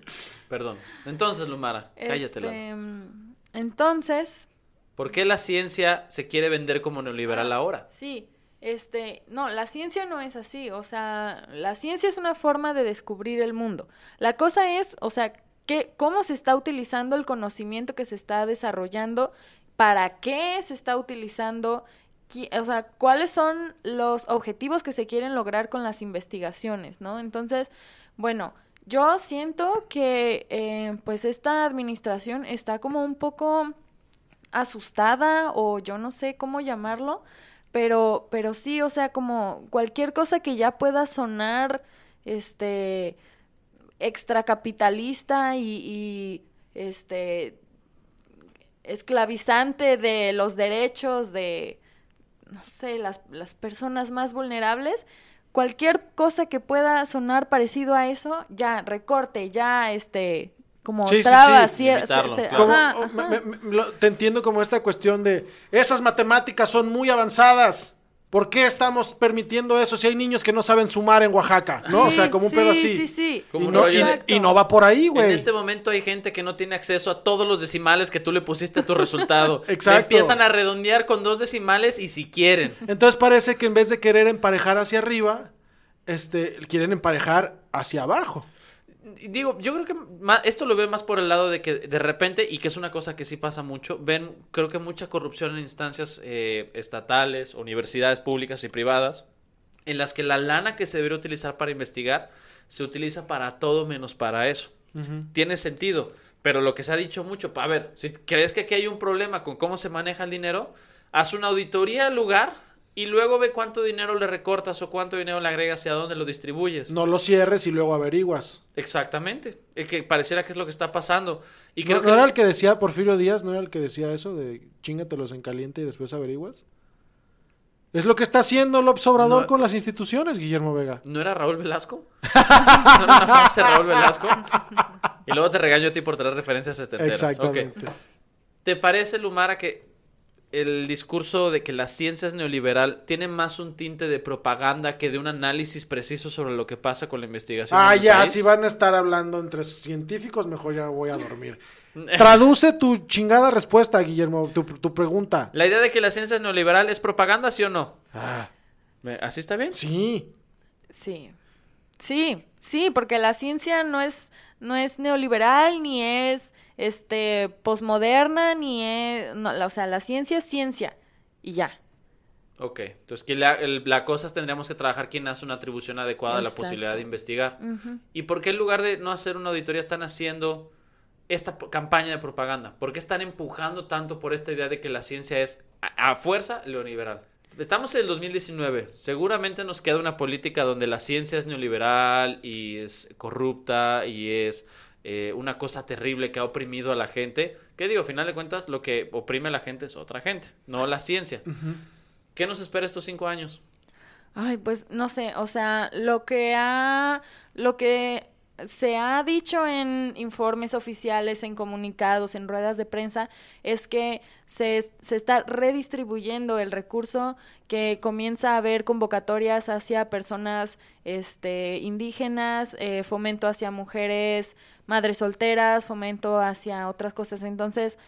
Speaker 3: perdón. Entonces, Lumara, cállate. Lalo.
Speaker 4: Este, mm, entonces,
Speaker 3: ¿Por qué la ciencia se quiere vender como neoliberal ahora?
Speaker 4: Ah, sí, este, no, la ciencia no es así, o sea, la ciencia es una forma de descubrir el mundo. La cosa es, o sea, que, cómo se está utilizando el conocimiento que se está desarrollando, para qué se está utilizando, qui- o sea, cuáles son los objetivos que se quieren lograr con las investigaciones, ¿no? Entonces, bueno, yo siento que eh, pues esta administración está como un poco asustada o yo no sé cómo llamarlo, pero, pero sí, o sea, como cualquier cosa que ya pueda sonar, este, extracapitalista y, y, este, esclavizante de los derechos de, no sé, las, las personas más vulnerables, cualquier cosa que pueda sonar parecido a eso, ya recorte, ya, este, como
Speaker 2: Sí, sí, sí,
Speaker 4: traba, cier-
Speaker 3: limitarlo,
Speaker 4: se- se-
Speaker 3: claro.
Speaker 2: Como-
Speaker 4: ajá,
Speaker 2: o- me-
Speaker 4: ajá.
Speaker 2: me- me- lo- te entiendo como esta cuestión de esas matemáticas son muy avanzadas. ¿Por qué estamos permitiendo eso si hay niños que no saben sumar en Oaxaca? ¿No? o sea,
Speaker 4: Sí,
Speaker 2: como un pedo
Speaker 4: sí,
Speaker 2: así.
Speaker 4: sí, sí.
Speaker 3: Como
Speaker 2: y,
Speaker 3: un
Speaker 2: no,
Speaker 3: rollo
Speaker 2: y-
Speaker 4: de-
Speaker 2: y no va por ahí, güey.
Speaker 3: En este momento hay gente que no tiene acceso a todos los decimales que tú le pusiste a tu resultado.
Speaker 2: Exacto.
Speaker 3: Le Empiezan a redondear con dos decimales y si quieren.
Speaker 2: Entonces parece que en vez de querer emparejar hacia arriba, este, quieren emparejar hacia abajo.
Speaker 3: Y Digo, yo creo que ma- esto lo veo más por el lado de que de repente, y que es una cosa que sí pasa mucho, ven, creo que mucha corrupción en instancias eh, estatales, universidades públicas y privadas, en las que la lana que se debería utilizar para investigar se utiliza para todo menos para eso. Tiene sentido, pero lo que se ha dicho mucho, pa- a ver, si crees que aquí hay un problema con cómo se maneja el dinero, haz una auditoría al lugar y luego ve cuánto dinero le recortas o cuánto dinero le agregas y a dónde lo distribuyes.
Speaker 2: No lo cierres y luego averiguas.
Speaker 3: Exactamente. El que pareciera que es lo que está pasando. Y
Speaker 2: ¿No,
Speaker 3: creo
Speaker 2: no
Speaker 3: que.
Speaker 2: era el que decía Porfirio Díaz? ¿No era el que decía eso de chingatelos en caliente y después averiguas? Es lo que está haciendo López Obrador
Speaker 3: No.
Speaker 2: con las instituciones, Guillermo Vega.
Speaker 3: ¿No era Raúl Velasco? ¿No era una frase de Raúl Velasco? Y luego te regaño a ti por traer referencias estenteras.
Speaker 2: Exactamente.
Speaker 3: ¿Te parece, Lumara, que el discurso de que la ciencia es neoliberal tiene más un tinte de propaganda que de un análisis preciso sobre lo que pasa con la investigación?
Speaker 2: Ah,
Speaker 3: en el
Speaker 2: ya,
Speaker 3: país?
Speaker 2: si van a estar hablando entre sus científicos, mejor ya voy a dormir. Traduce tu chingada respuesta, Guillermo, tu, tu pregunta.
Speaker 3: La idea de que la ciencia es neoliberal es propaganda, ¿sí o no?
Speaker 2: Ah,
Speaker 3: ¿Me- ¿Así está bien?
Speaker 2: sí.
Speaker 4: Sí. Sí, sí, porque la ciencia no es, no es neoliberal, ni es este posmoderna, ni es. no, la- o sea, la ciencia es ciencia. Y ya.
Speaker 3: Ok, entonces que la, el- la cosa es tendríamos que trabajar quién hace una atribución adecuada a la
Speaker 4: Exacto.
Speaker 3: posibilidad de investigar.
Speaker 4: Ujú.
Speaker 3: ¿Y por qué en lugar de no hacer una auditoría están haciendo esta p- campaña de propaganda? ¿Por qué están empujando tanto por esta idea de que la ciencia es a, a fuerza neoliberal? Estamos en el 2019, seguramente nos queda una política donde la ciencia es neoliberal y es corrupta y es eh, una cosa terrible que ha oprimido a la gente. ¿Qué digo? Al final de cuentas, lo que oprime a la gente es otra gente, no la ciencia. ¿Qué nos espera estos cinco años?
Speaker 4: Ay, pues no sé, o sea, lo que ha, lo que se ha dicho en informes oficiales, en comunicados, en ruedas de prensa, es que se, es- se está redistribuyendo el recurso, que comienza a haber convocatorias hacia personas este, indígenas, eh, fomento hacia mujeres, madres solteras, fomento hacia otras cosas. Entonces,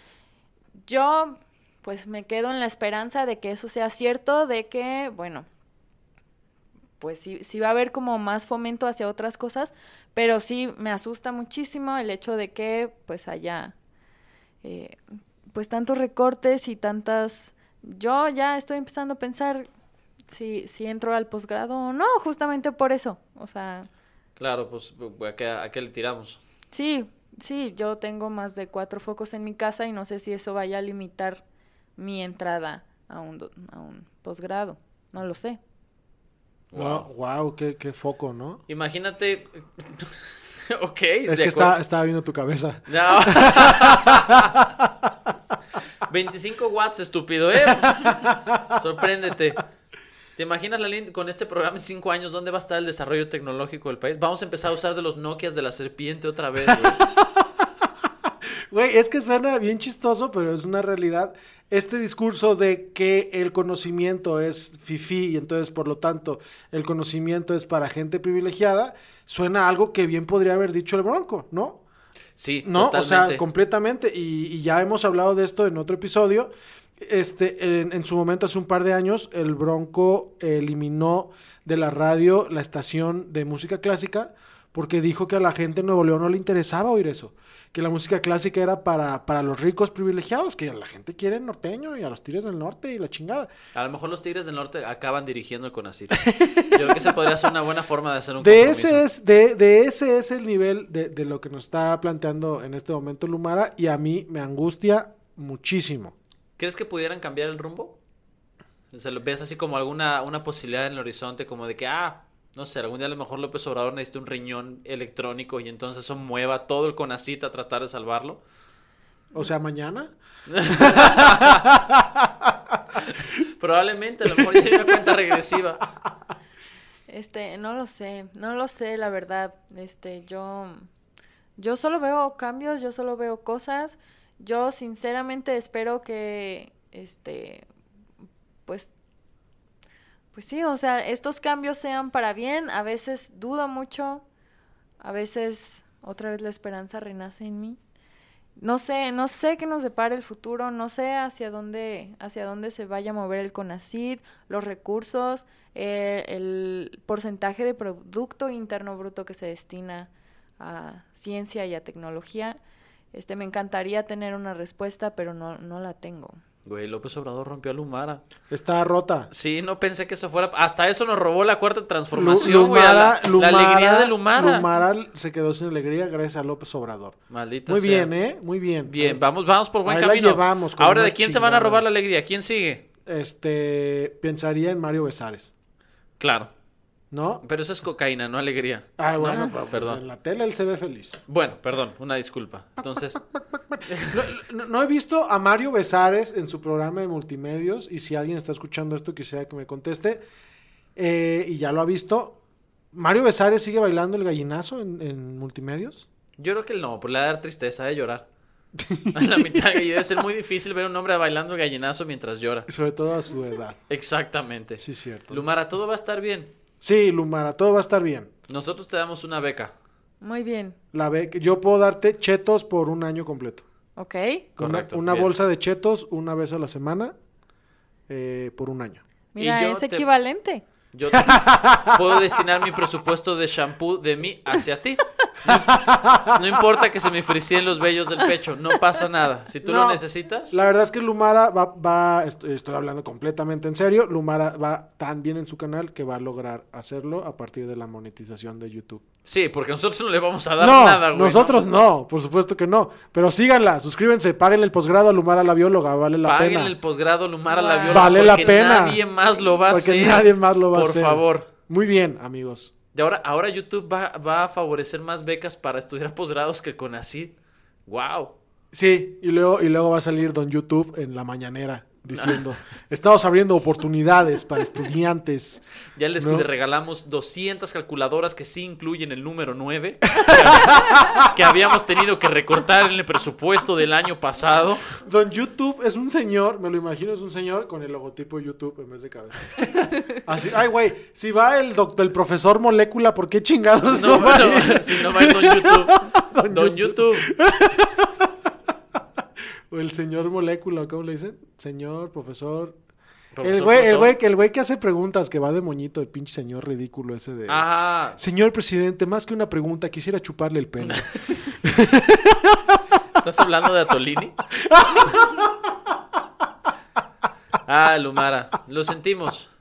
Speaker 4: yo pues me quedo en la esperanza de que eso sea cierto, de que, bueno, pues sí, sí va a haber como más fomento hacia otras cosas, pero sí me asusta muchísimo el hecho de que pues haya eh, pues tantos recortes y tantas... Yo ya estoy empezando a pensar si, si entro al posgrado o no, justamente por eso. O sea,
Speaker 3: Claro, pues ¿a qué, a qué le tiramos?
Speaker 4: sí, sí, yo tengo más de cuatro focos en mi casa y no sé si eso vaya a limitar mi entrada a un, do- a un posgrado. No lo sé.
Speaker 2: Wow, wow qué, qué foco, ¿no?
Speaker 3: Imagínate. ok, de
Speaker 2: Es que
Speaker 3: acuerdo.
Speaker 2: está, estaba viendo tu cabeza.
Speaker 3: No. 25 watts, estúpido, ¿eh? Sorpréndete. ¿Te imaginas, Lalín, con este programa en 5 años, dónde va a estar el desarrollo tecnológico del país? Vamos a empezar a usar de los Nokias de la serpiente otra vez, güey.
Speaker 2: Güey, es que suena bien chistoso, pero es una realidad. Este discurso de que el conocimiento es fifí y entonces, por lo tanto, el conocimiento es para gente privilegiada, suena a algo que bien podría haber dicho el Bronco, ¿no?
Speaker 3: Sí,
Speaker 2: No, o
Speaker 3: totalmente.
Speaker 2: sea, completamente. Y, y ya hemos hablado de esto en otro episodio. Este, en, en su momento, hace un par de años, el Bronco eliminó de la radio la estación de música clásica porque dijo que a la gente en Nuevo León no le interesaba oír eso. Que la música clásica era para, para los ricos privilegiados, que la gente quiere norteño y a los tigres del norte y la chingada.
Speaker 3: A lo mejor los Tigres del Norte acaban dirigiendo el CONACYT. Yo creo que esa podría ser una buena forma de hacer un
Speaker 2: De
Speaker 3: compromiso.
Speaker 2: ese, es, de, de ese es el nivel de, de lo que nos está planteando en este momento Lumara y a mí me angustia muchísimo.
Speaker 3: ¿Crees que pudieran cambiar el rumbo? O sea, ¿lo ¿ves así como alguna una posibilidad en el horizonte? Como de que, ah, no sé, algún día a lo mejor López Obrador necesita un riñón electrónico y entonces eso mueva todo el CONACYT a tratar de salvarlo.
Speaker 2: O sea, mañana.
Speaker 3: Probablemente, a lo mejor ya hay una cuenta regresiva.
Speaker 4: Este, no lo sé, no lo sé, la verdad. Este, yo, yo solo veo cambios, yo solo veo cosas. Yo sinceramente espero que, este, pues, pues sí, o sea, estos cambios sean para bien. A veces dudo mucho, a veces otra vez la esperanza renace en mí. No sé, no sé qué nos depara el futuro, no sé hacia dónde, hacia dónde se vaya a mover el CONACYT, los recursos, eh, el porcentaje de Producto Interno Bruto que se destina a ciencia y a tecnología. Este, me encantaría tener una respuesta, pero no, no la tengo.
Speaker 3: Güey, López Obrador rompió a Lumara.
Speaker 2: Está rota.
Speaker 3: Sí, no pensé que eso fuera. Hasta eso nos robó la cuarta
Speaker 2: Lu-
Speaker 3: transformación, güey. a La, la alegría de Lumara.
Speaker 2: Lumara se quedó sin alegría gracias a López Obrador.
Speaker 3: Maldita
Speaker 2: Muy
Speaker 3: sea.
Speaker 2: bien, ¿eh? Muy bien.
Speaker 3: Bien,
Speaker 2: Ahí-
Speaker 3: vamos, vamos por buen
Speaker 2: ahí la
Speaker 3: camino.
Speaker 2: llevamos con
Speaker 3: Ahora,
Speaker 2: una
Speaker 3: ¿de quién se van a
Speaker 2: chingada.
Speaker 3: robar la alegría? ¿Quién sigue?
Speaker 2: Este, pensaría en Mario Besares,
Speaker 3: Claro.
Speaker 2: ¿no?
Speaker 3: Pero eso es cocaína, no alegría.
Speaker 2: Ah,
Speaker 3: No,
Speaker 2: bueno,
Speaker 3: no,
Speaker 2: pero, pues, en
Speaker 3: perdón.
Speaker 2: la tele él se ve feliz.
Speaker 3: Bueno, perdón, una disculpa. Entonces,
Speaker 2: No, no he visto a Mario Besares en su programa de multimedios y si alguien está escuchando esto quisiera que me conteste eh, y ya lo ha visto. ¿Mario Besares sigue bailando el gallinazo en, en multimedios?
Speaker 3: yo creo que el no, por le va a dar tristeza de llorar. A la mitad, y debe ser muy difícil ver a un hombre bailando gallinazo mientras llora.
Speaker 2: Sobre todo a su edad.
Speaker 3: Exactamente.
Speaker 2: Sí, cierto.
Speaker 3: Lumara, todo va a estar bien.
Speaker 2: Sí, Lumara, todo va a estar bien.
Speaker 3: Nosotros te damos una beca.
Speaker 4: Muy bien,
Speaker 2: La beca- yo puedo darte chetos por un año completo.
Speaker 4: ¿ok?
Speaker 2: Una-
Speaker 3: Correcto.
Speaker 2: Una,
Speaker 3: bien.
Speaker 2: bolsa de chetos una vez a la semana eh, por un año.
Speaker 4: Mira,
Speaker 3: yo
Speaker 4: es
Speaker 3: te-
Speaker 4: equivalente.
Speaker 3: Yo te- puedo destinar mi presupuesto de shampoo de mí hacia ti. No, no importa que se me friseen los vellos del pecho, no pasa nada. Si tú
Speaker 2: No.
Speaker 3: lo necesitas,
Speaker 2: La verdad es que Lumara va, va est- estoy, hablando completamente en serio, Lumara va tan bien en su canal que va a lograr hacerlo a partir de la monetización de YouTube.
Speaker 3: sí, porque nosotros no le vamos a dar
Speaker 2: No,
Speaker 3: nada, güey. ¿no?
Speaker 2: nosotros ¿no? por supuesto que no. Pero síganla, suscríbanse, páguenle el posgrado a Lumara la bióloga, vale la
Speaker 3: Páguenle
Speaker 2: pena.
Speaker 3: el posgrado Lumara la
Speaker 4: Wow.
Speaker 3: viola.
Speaker 2: Vale la
Speaker 3: porque
Speaker 2: pena.
Speaker 3: Nadie más lo va a
Speaker 2: Porque
Speaker 3: hacer.
Speaker 2: nadie más lo va a
Speaker 3: por
Speaker 2: hacer.
Speaker 3: Por favor.
Speaker 2: Muy bien, amigos.
Speaker 3: De ahora, ahora YouTube va, va a favorecer más becas para estudiar posgrados que con así. Wow.
Speaker 2: Sí, y luego, y luego va a salir Don YouTube en la mañanera diciendo, estamos abriendo oportunidades para estudiantes.
Speaker 3: Ya les
Speaker 2: No.
Speaker 3: le regalamos 200 calculadoras que sí incluyen el número 9, que, que habíamos tenido que recortar en el presupuesto del año pasado.
Speaker 2: Don YouTube es un señor, me lo imagino, es un señor con el logotipo de YouTube en vez de cabeza. Así, ay, güey, si va el, doc- el profesor molécula, ¿por qué chingados
Speaker 3: No,
Speaker 2: no, va a ir?
Speaker 3: no, si no va en Don YouTube. Don, YouTube.
Speaker 2: O el señor molécula, ¿cómo le dicen? Señor, profesor. el
Speaker 3: Profesor
Speaker 2: güey, el
Speaker 3: Platón.
Speaker 2: güey, que- el güey que hace preguntas, que va de moñito, el pinche señor ridículo ese de...
Speaker 3: Ajá.
Speaker 2: Señor presidente, más que una pregunta, quisiera chuparle el pelo.
Speaker 3: ¿Estás hablando de Atolini? Ah, Lumara. Lo sentimos.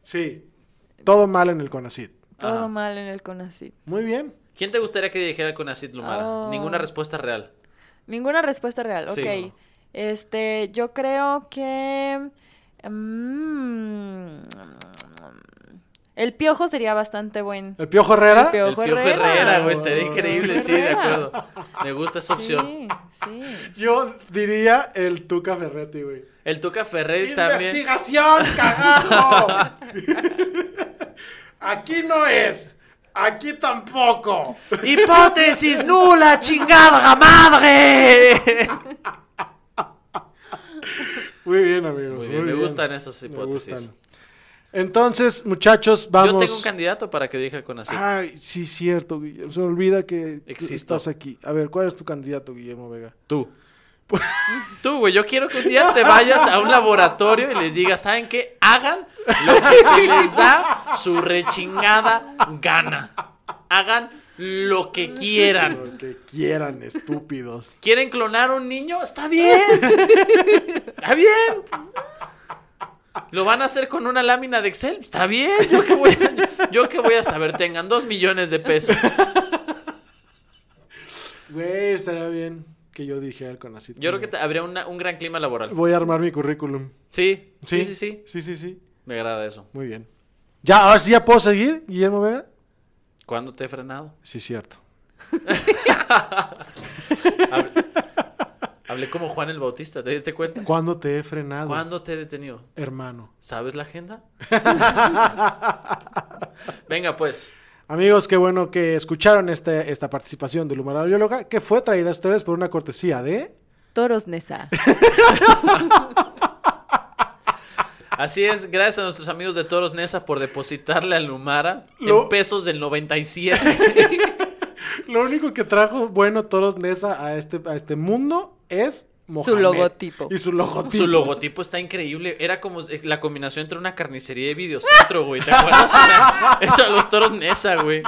Speaker 2: Sí, todo mal en el CONACID.
Speaker 4: Todo
Speaker 3: Ajá.
Speaker 4: mal en el CONACYT.
Speaker 2: Muy bien.
Speaker 3: ¿Quién te gustaría que dirigiera el Conacit Lumara?
Speaker 4: Oh.
Speaker 3: Ninguna respuesta real.
Speaker 4: Ninguna respuesta real,
Speaker 3: Sí.
Speaker 4: ok. Este, yo creo que... mm, el piojo sería bastante buen.
Speaker 2: ¿El Piojo Herrera?
Speaker 4: El Piojo.
Speaker 3: el Piojo
Speaker 4: Herrera.
Speaker 3: Herrera, güey. Estaría increíble, sí, de
Speaker 4: Herrera.
Speaker 3: acuerdo. Me gusta esa opción.
Speaker 4: Sí, sí.
Speaker 2: Yo diría el Tuca Ferretti, güey.
Speaker 3: El Tuca Ferretti también.
Speaker 2: ¡Investigación, cagajo! Aquí no es. Aquí tampoco.
Speaker 3: ¡Hipótesis nula, chingada madre!
Speaker 2: Muy bien, amigos.
Speaker 3: Muy bien, me gustan esas
Speaker 2: Me
Speaker 3: hipótesis.
Speaker 2: gustan. Entonces, muchachos, vamos.
Speaker 3: Yo tengo un candidato para que dirija el CONACYT.
Speaker 2: Ay, sí, cierto, Guillermo. Se me olvida que
Speaker 3: Existo.
Speaker 2: estás aquí. A ver, ¿cuál es tu candidato, Guillermo Vega?
Speaker 3: Tú. Tú, güey, yo quiero que un día te vayas a un laboratorio y les digas, ¿saben qué? Hagan lo que se les da su rechingada gana. Hagan lo que quieran.
Speaker 2: Lo que quieran, estúpidos.
Speaker 3: ¿Quieren clonar un niño? Está bien. Está bien. ¿Lo van a hacer con una lámina de Excel? Está bien. ¿Yo qué voy a, yo qué voy a saber? Tengan dos millones de pesos.
Speaker 2: Güey, estaría bien que yo dijera con así.
Speaker 3: Yo creo que te- habría una- un gran clima laboral.
Speaker 2: Voy a armar mi currículum.
Speaker 3: Sí, sí, sí, sí.
Speaker 2: Sí, sí, sí.
Speaker 3: Me agrada eso.
Speaker 2: Muy bien. ¿Ya, ahora sí ya puedo seguir, Guillermo Vega?
Speaker 3: ¿Cuándo te he frenado?
Speaker 2: Sí, cierto.
Speaker 3: Hablé como Juan el Bautista, ¿te diste cuenta?
Speaker 2: ¿Cuándo te he frenado,
Speaker 3: ¿Cuándo te he detenido?
Speaker 2: hermano?
Speaker 3: ¿Sabes la agenda? Venga, pues.
Speaker 2: Amigos, qué bueno que escucharon este- esta participación de Lumara Bióloga, que fue traída a ustedes por una cortesía de...
Speaker 4: Toros Nesa.
Speaker 3: Así es, gracias a nuestros amigos de Toros Nesa por depositarle a Lumara
Speaker 2: Lo-
Speaker 3: en pesos del 97.
Speaker 2: Lo único que trajo bueno Toros Nesa a este, a este mundo es Mohamed.
Speaker 4: logotipo.
Speaker 2: Y su logotipo.
Speaker 3: Su logotipo está increíble. Era como eh, la combinación entre una carnicería y videocentro, güey. ¿Te acuerdas? Era- Eso a los Toros Nesa, güey.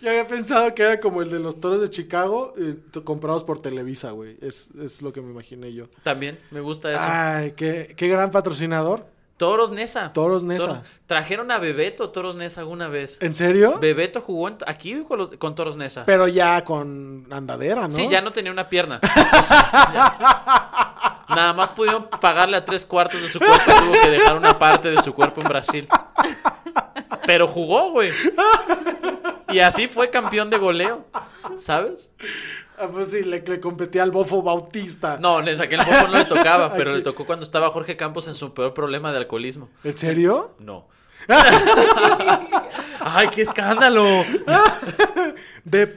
Speaker 2: Yo había pensado que era como el de los Toros de Chicago eh, t- comprados por Televisa, güey. Es, es lo que me imaginé yo.
Speaker 3: También me gusta eso.
Speaker 2: Ay, qué, qué gran patrocinador.
Speaker 3: Toros Nesa.
Speaker 2: Toros Nesa.
Speaker 3: Trajeron a Bebeto Toros Nesa alguna vez.
Speaker 2: ¿En serio?
Speaker 3: Bebeto jugó en- aquí con, los- con Toros Nesa.
Speaker 2: Pero ya con andadera, ¿no?
Speaker 3: Sí, ya no tenía una pierna. O sea, ya. Nada más pudieron pagarle a tres cuartos de su cuerpo. Tuvo que dejar una parte de su cuerpo en Brasil. Pero jugó, güey. Y así fue campeón de goleo. ¿Sabes?
Speaker 2: Ah, pues sí, le, le competía al Bofo Bautista.
Speaker 3: No, en aquel momento no le tocaba, pero
Speaker 2: Aquí.
Speaker 3: le tocó cuando estaba Jorge Campos en su peor problema de alcoholismo.
Speaker 2: ¿En serio?
Speaker 3: No. ¡Ay, qué escándalo!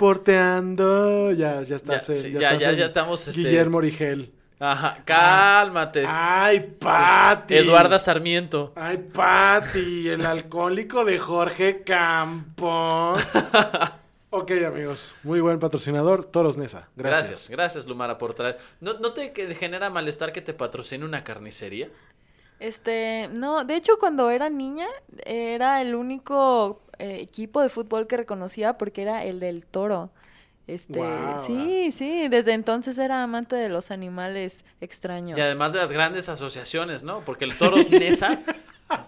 Speaker 2: Deporteando. Ya, ya estás.
Speaker 3: Ya,
Speaker 2: en-
Speaker 3: sí, ya,
Speaker 2: estás
Speaker 3: ya,
Speaker 2: en
Speaker 3: ya estamos, este- eh,
Speaker 2: Guillermo Origel.
Speaker 3: Ajá, cálmate.
Speaker 2: Ay, Pati.
Speaker 3: Eduarda Sarmiento.
Speaker 2: Ay, Pati, el alcohólico de Jorge Campos. ok, amigos. Muy buen patrocinador, Toros Nesa.
Speaker 3: Gracias, gracias,
Speaker 2: Gracias.
Speaker 3: Lumara por traer. ¿No, no te que- genera malestar que te patrocine una carnicería?
Speaker 4: Este, no, de hecho cuando era niña era el único eh, equipo de fútbol que reconocía porque era el del toro. Este,
Speaker 2: Guau.
Speaker 4: sí, sí, desde entonces era amante de los animales extraños.
Speaker 3: Y además de las grandes asociaciones, ¿no? Porque el Toros Nesa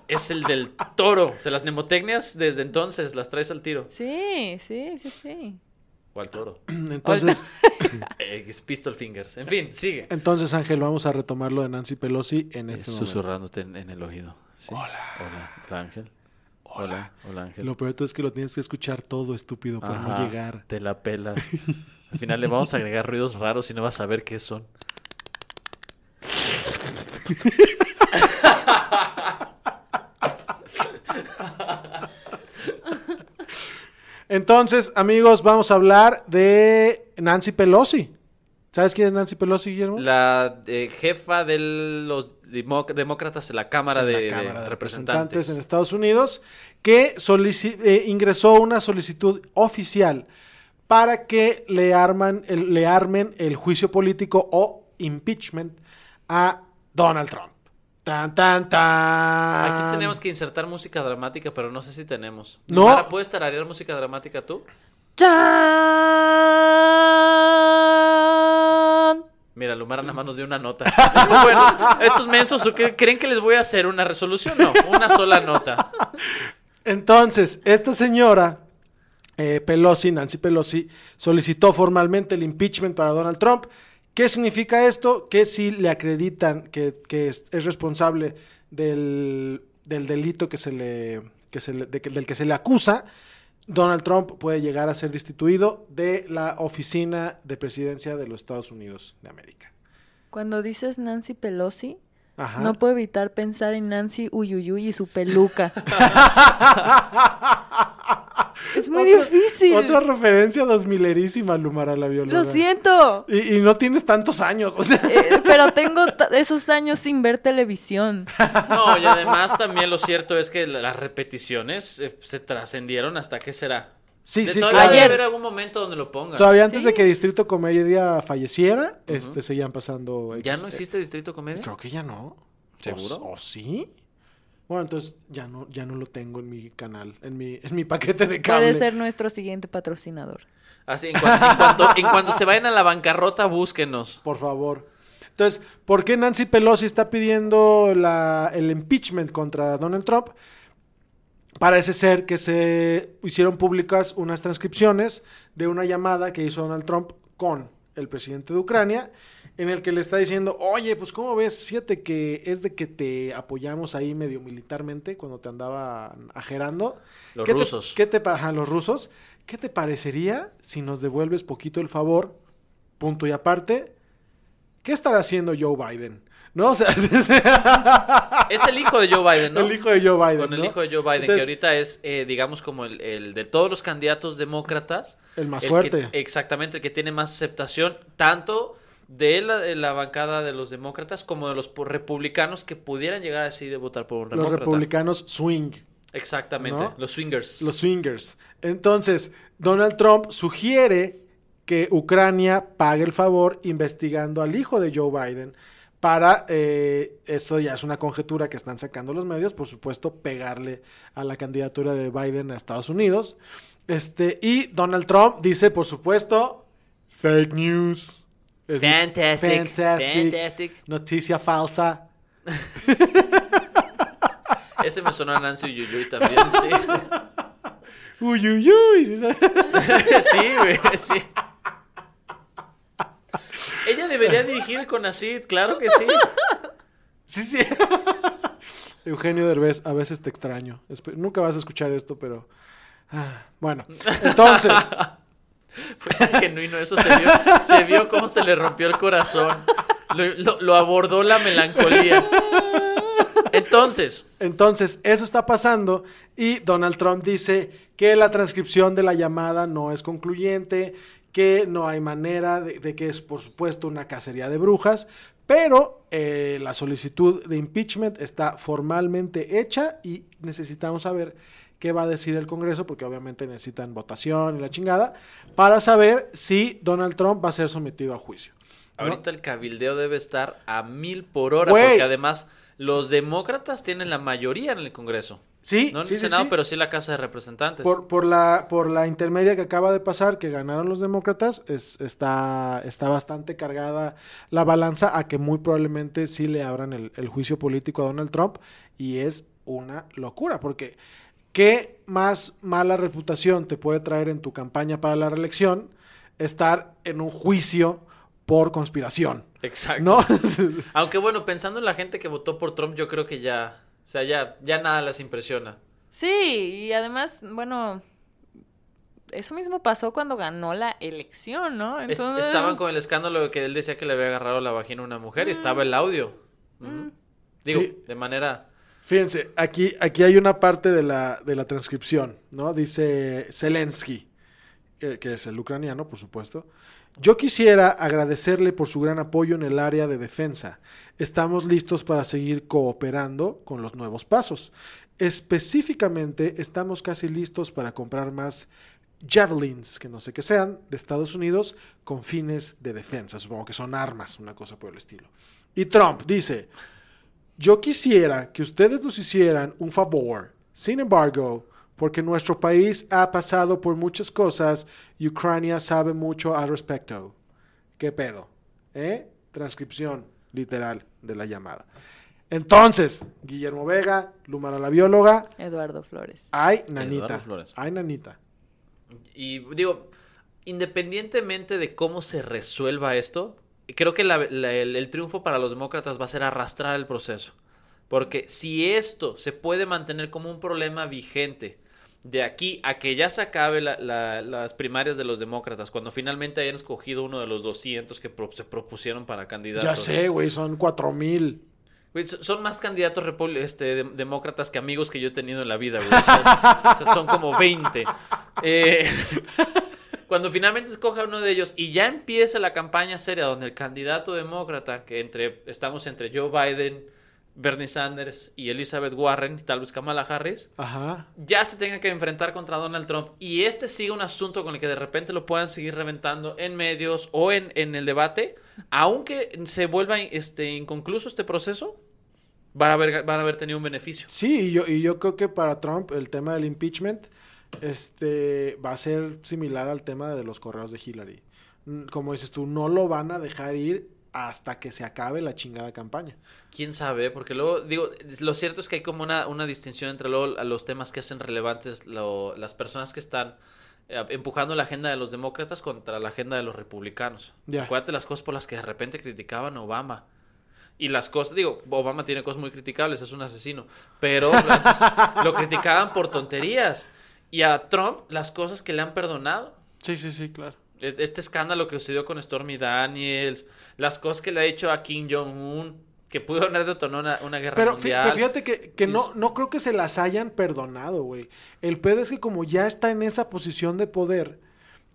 Speaker 3: es el del toro. O sea, las mnemotecnias desde entonces las traes al tiro.
Speaker 4: Sí, sí, sí, sí.
Speaker 3: O al toro.
Speaker 2: Entonces,
Speaker 3: Eh, es Pistol Fingers. En fin, sigue.
Speaker 2: entonces, Ángel, vamos a retomar lo de Nancy Pelosi en este momento.
Speaker 3: Susurrándote en, en el oído. Hola. Hola. Hola, Ángel. Hola. Hola, Ángel.
Speaker 2: Lo peor de todo es que lo tienes que escuchar todo, estúpido, para
Speaker 3: Ajá,
Speaker 2: no llegar.
Speaker 3: Te la pelas. Al final le vamos a agregar ruidos raros y no vas a ver qué son.
Speaker 2: Entonces, amigos, vamos a hablar de Nancy Pelosi. ¿Sabes quién es Nancy Pelosi, Guillermo?
Speaker 3: La eh, jefa de los demó- demócratas en la Cámara,
Speaker 2: en
Speaker 3: de,
Speaker 2: la
Speaker 3: de
Speaker 2: Cámara de
Speaker 3: Representantes.
Speaker 2: en Estados Unidos, que solici- eh, ingresó una solicitud oficial para que le, arman el- le armen el juicio político o impeachment a Donald Trump. Tan, tan, tan.
Speaker 3: Aquí tenemos que insertar música dramática, pero no sé si tenemos.
Speaker 2: Ah. No.
Speaker 3: Mara, ¿puedes tararear música dramática tú?
Speaker 4: ¡Chan!
Speaker 3: Mira, Lumara nada más nos dio una nota. bueno, estos mensos, ¿o qué? ¿creen que les voy a hacer una resolución? No, una sola nota.
Speaker 2: Entonces, esta señora, eh, Pelosi, Nancy Pelosi, solicitó formalmente el impeachment para Donald Trump. ¿Qué significa esto? Que si le acreditan que, que es, es responsable del, del delito que se le, que se le- de que- del que se le acusa, Donald Trump puede llegar a ser destituido de la oficina de presidencia de los Estados Unidos de América.
Speaker 4: Cuando dices Nancy Pelosi,
Speaker 2: Ajá.
Speaker 4: no puedo evitar pensar en Nancy Uyuyuy y su peluca. es muy
Speaker 2: Otra-
Speaker 4: difícil.
Speaker 2: Otra referencia dos milerísima, Lumara la bióloga.
Speaker 4: Lo siento.
Speaker 2: Y, y no tienes tantos años, o sea.
Speaker 4: Eh, pero tengo ta- esos años sin ver televisión.
Speaker 2: Ah,
Speaker 3: No, y además también lo cierto es que la- las repeticiones eh, se trascendieron hasta qué será.
Speaker 2: Sí,
Speaker 3: De-
Speaker 2: sí,
Speaker 3: todavía
Speaker 2: claro.
Speaker 3: debe haber algún momento donde lo pongan.
Speaker 2: Todavía antes
Speaker 4: Sí.
Speaker 2: de que Distrito Comedia falleciera, este, seguían pasando.
Speaker 3: ¿Ya
Speaker 2: ex-
Speaker 3: no
Speaker 2: eh,
Speaker 3: existe Distrito Comedia?
Speaker 2: Creo que ya no.
Speaker 3: ¿Seguro?
Speaker 2: ¿O, o sí? Bueno, entonces ya no, ya no lo tengo en mi canal, en mi, en mi paquete de cable.
Speaker 4: Puede ser nuestro siguiente patrocinador.
Speaker 3: Así, Ah, en cuanto, en cuanto- en cuanto se vayan a la bancarrota, búsquenos.
Speaker 2: Por favor. Entonces, ¿por qué Nancy Pelosi está pidiendo la- el impeachment contra Donald Trump? Parece ser que se hicieron públicas unas transcripciones de una llamada que hizo Donald Trump con el presidente de Ucrania, en el que le está diciendo, oye, pues cómo ves, fíjate que es de que te apoyamos ahí medio militarmente cuando te andaban ajerando.
Speaker 3: Los
Speaker 2: ¿Qué te-
Speaker 3: rusos.
Speaker 2: ¿Qué te pa- ajá, los rusos? ¿Qué te parecería si nos devuelves poquito el favor? Punto y aparte. ¿Qué estará haciendo Joe Biden? ¿No? O sea,
Speaker 3: Es el hijo de Joe Biden, ¿no?
Speaker 2: el hijo de Joe Biden.
Speaker 3: Con el
Speaker 2: ¿no?
Speaker 3: hijo de Joe Biden, que
Speaker 2: Entonces,
Speaker 3: ahorita es, eh, digamos, como el, el de todos los candidatos demócratas.
Speaker 2: El más
Speaker 3: que-
Speaker 2: fuerte.
Speaker 3: exactamente, el que tiene más aceptación, tanto de la, de la bancada de los demócratas como de los po- republicanos que pudieran llegar así de votar por un
Speaker 2: Los
Speaker 3: demócrata.
Speaker 2: republicanos swing,
Speaker 3: Exactamente,
Speaker 2: ¿No?
Speaker 3: los swingers.
Speaker 2: los swingers. Entonces, Donald Trump sugiere que Ucrania pague el favor investigando al hijo de Joe Biden para, eh, esto ya es una conjetura que están sacando los medios, por supuesto, pegarle a la candidatura de Biden a Estados Unidos. Este, y Donald Trump dice, por supuesto, fake news. Es mi-
Speaker 3: Fantastic.
Speaker 2: fantastic,
Speaker 3: Fantastic.
Speaker 2: Noticia falsa.
Speaker 3: Ese me sonó a Nancy Yuyuy también, sí.
Speaker 2: Uy, uy, uy. ¿sí sabes?
Speaker 3: sí, güey, sí. Ella debería dirigir el Conacid, claro que sí.
Speaker 2: Sí, sí. Eugenio Derbez, a veces te extraño. Espe- Nunca vas a escuchar esto, pero. ah, Bueno, entonces,
Speaker 3: Fue tan genuino eso, se vio, se vio cómo se le rompió el corazón. Lo, lo- lo abordó la melancolía. Entonces,
Speaker 2: entonces, eso está pasando y Donald Trump dice que la transcripción de la llamada no es concluyente, que no hay manera de, de que es, por supuesto, una cacería de brujas, pero eh, la solicitud de impeachment está formalmente hecha y necesitamos saber qué va a decir el Congreso, porque obviamente necesitan votación y la chingada, para saber si Donald Trump va a ser sometido a juicio. ¿no?
Speaker 3: ahorita el cabildeo debe estar a mil por hora,
Speaker 2: Güey.
Speaker 3: porque además los demócratas tienen la mayoría en el Congreso.
Speaker 2: Sí,
Speaker 3: No en
Speaker 2: sí,
Speaker 3: el
Speaker 2: sí,
Speaker 3: Senado,
Speaker 2: sí.
Speaker 3: pero sí la Casa de Representantes.
Speaker 2: Por, por la, por la intermedia que acaba de pasar, que ganaron los demócratas, es- está, está bastante cargada la balanza a que muy probablemente sí le abran el, el juicio político a Donald Trump. Y es una locura, porque ¿qué más mala reputación te puede traer en tu campaña para la reelección estar en un juicio por conspiración?
Speaker 3: Exacto.
Speaker 2: ¿No?
Speaker 3: Aunque bueno, pensando en la gente que votó por Trump, yo creo que ya, o sea, ya, ya nada las impresiona.
Speaker 4: Sí, y además, bueno, eso mismo pasó cuando ganó la elección, ¿no?
Speaker 3: Es- Estaban con el escándalo de que él decía que le había agarrado la vagina a una mujer y estaba el audio. Ujú. Digo,
Speaker 2: Sí.
Speaker 3: de manera...
Speaker 2: Fíjense, aquí, aquí hay una parte de la, de la transcripción, ¿no? Dice Zelensky, que, que es el ucraniano, por supuesto. Yo quisiera agradecerle por su gran apoyo en el área de defensa. Estamos listos para seguir cooperando con los nuevos pasos. Específicamente, estamos casi listos para comprar más javelins, que no sé qué sean, de Estados Unidos con fines de defensa. Supongo que son armas, una cosa por el estilo. Y Trump dice, yo quisiera que ustedes nos hicieran un favor. Sin embargo, porque nuestro país ha pasado por muchas cosas y Ucrania sabe mucho al respecto. ¿Qué pedo? ¿Eh? Transcripción literal de la llamada. Entonces, Guillermo Vega, Lumara la bióloga,
Speaker 4: Eduardo Flores.
Speaker 2: ay
Speaker 3: Eduardo
Speaker 2: nanita.
Speaker 3: Flores.
Speaker 2: Ay nanita.
Speaker 3: Y digo, independientemente de cómo se resuelva esto, creo que la- la- el, el triunfo para los demócratas va a ser arrastrar el proceso. Porque si esto se puede mantener como un problema vigente de aquí a que ya se acabe la- la- las primarias de los demócratas, cuando finalmente hayan escogido uno de los 200 que pro- se propusieron para candidatos.
Speaker 2: Ya sé, güey, son cuatro mil.
Speaker 3: Güey, so- son más candidatos repul- este, dem- demócratas que amigos que yo he tenido en la vida, güey. O sea, es- o sea, son como 20. Eh, cuando finalmente escoja uno de ellos y ya empiece la campaña seria donde el candidato demócrata, que entre, estamos entre Joe Biden, Bernie Sanders y Elizabeth Warren, y tal vez Kamala Harris,
Speaker 2: Ajá.
Speaker 3: ya se tenga que enfrentar contra Donald Trump y este siga un asunto con el que de repente lo puedan seguir reventando en medios o en, en el debate, aunque se vuelva este, inconcluso este proceso, van a haber, van a haber tenido un beneficio.
Speaker 2: Sí, y yo, y yo creo que para Trump el tema del impeachment este, va a ser similar al tema de los correos de Hillary. Mm, Como dices tú, no lo van a dejar ir hasta que se acabe la chingada campaña.
Speaker 3: ¿Quién sabe? Porque luego, digo, lo cierto es que hay como una, una distinción entre luego a los temas que hacen relevantes lo- las personas que están eh, empujando la agenda de los demócratas contra la agenda de los republicanos.
Speaker 2: Ya.
Speaker 3: Acuérdate las cosas por las que de repente criticaban a Obama. Y las cosas, digo, Obama tiene cosas muy criticables, es un asesino, pero las- lo criticaban por tonterías. Y a Trump las cosas que le han perdonado.
Speaker 2: Sí, sí, sí, claro.
Speaker 3: E- Este escándalo que sucedió con Stormy Daniels, las cosas que le ha hecho a Kim Jong-un, que pudo haber detonado una, una guerra
Speaker 2: Pero fí-
Speaker 3: mundial.
Speaker 2: pero fíjate que, que no, no creo que se las hayan perdonado, güey. El pedo es que como ya está en esa posición de poder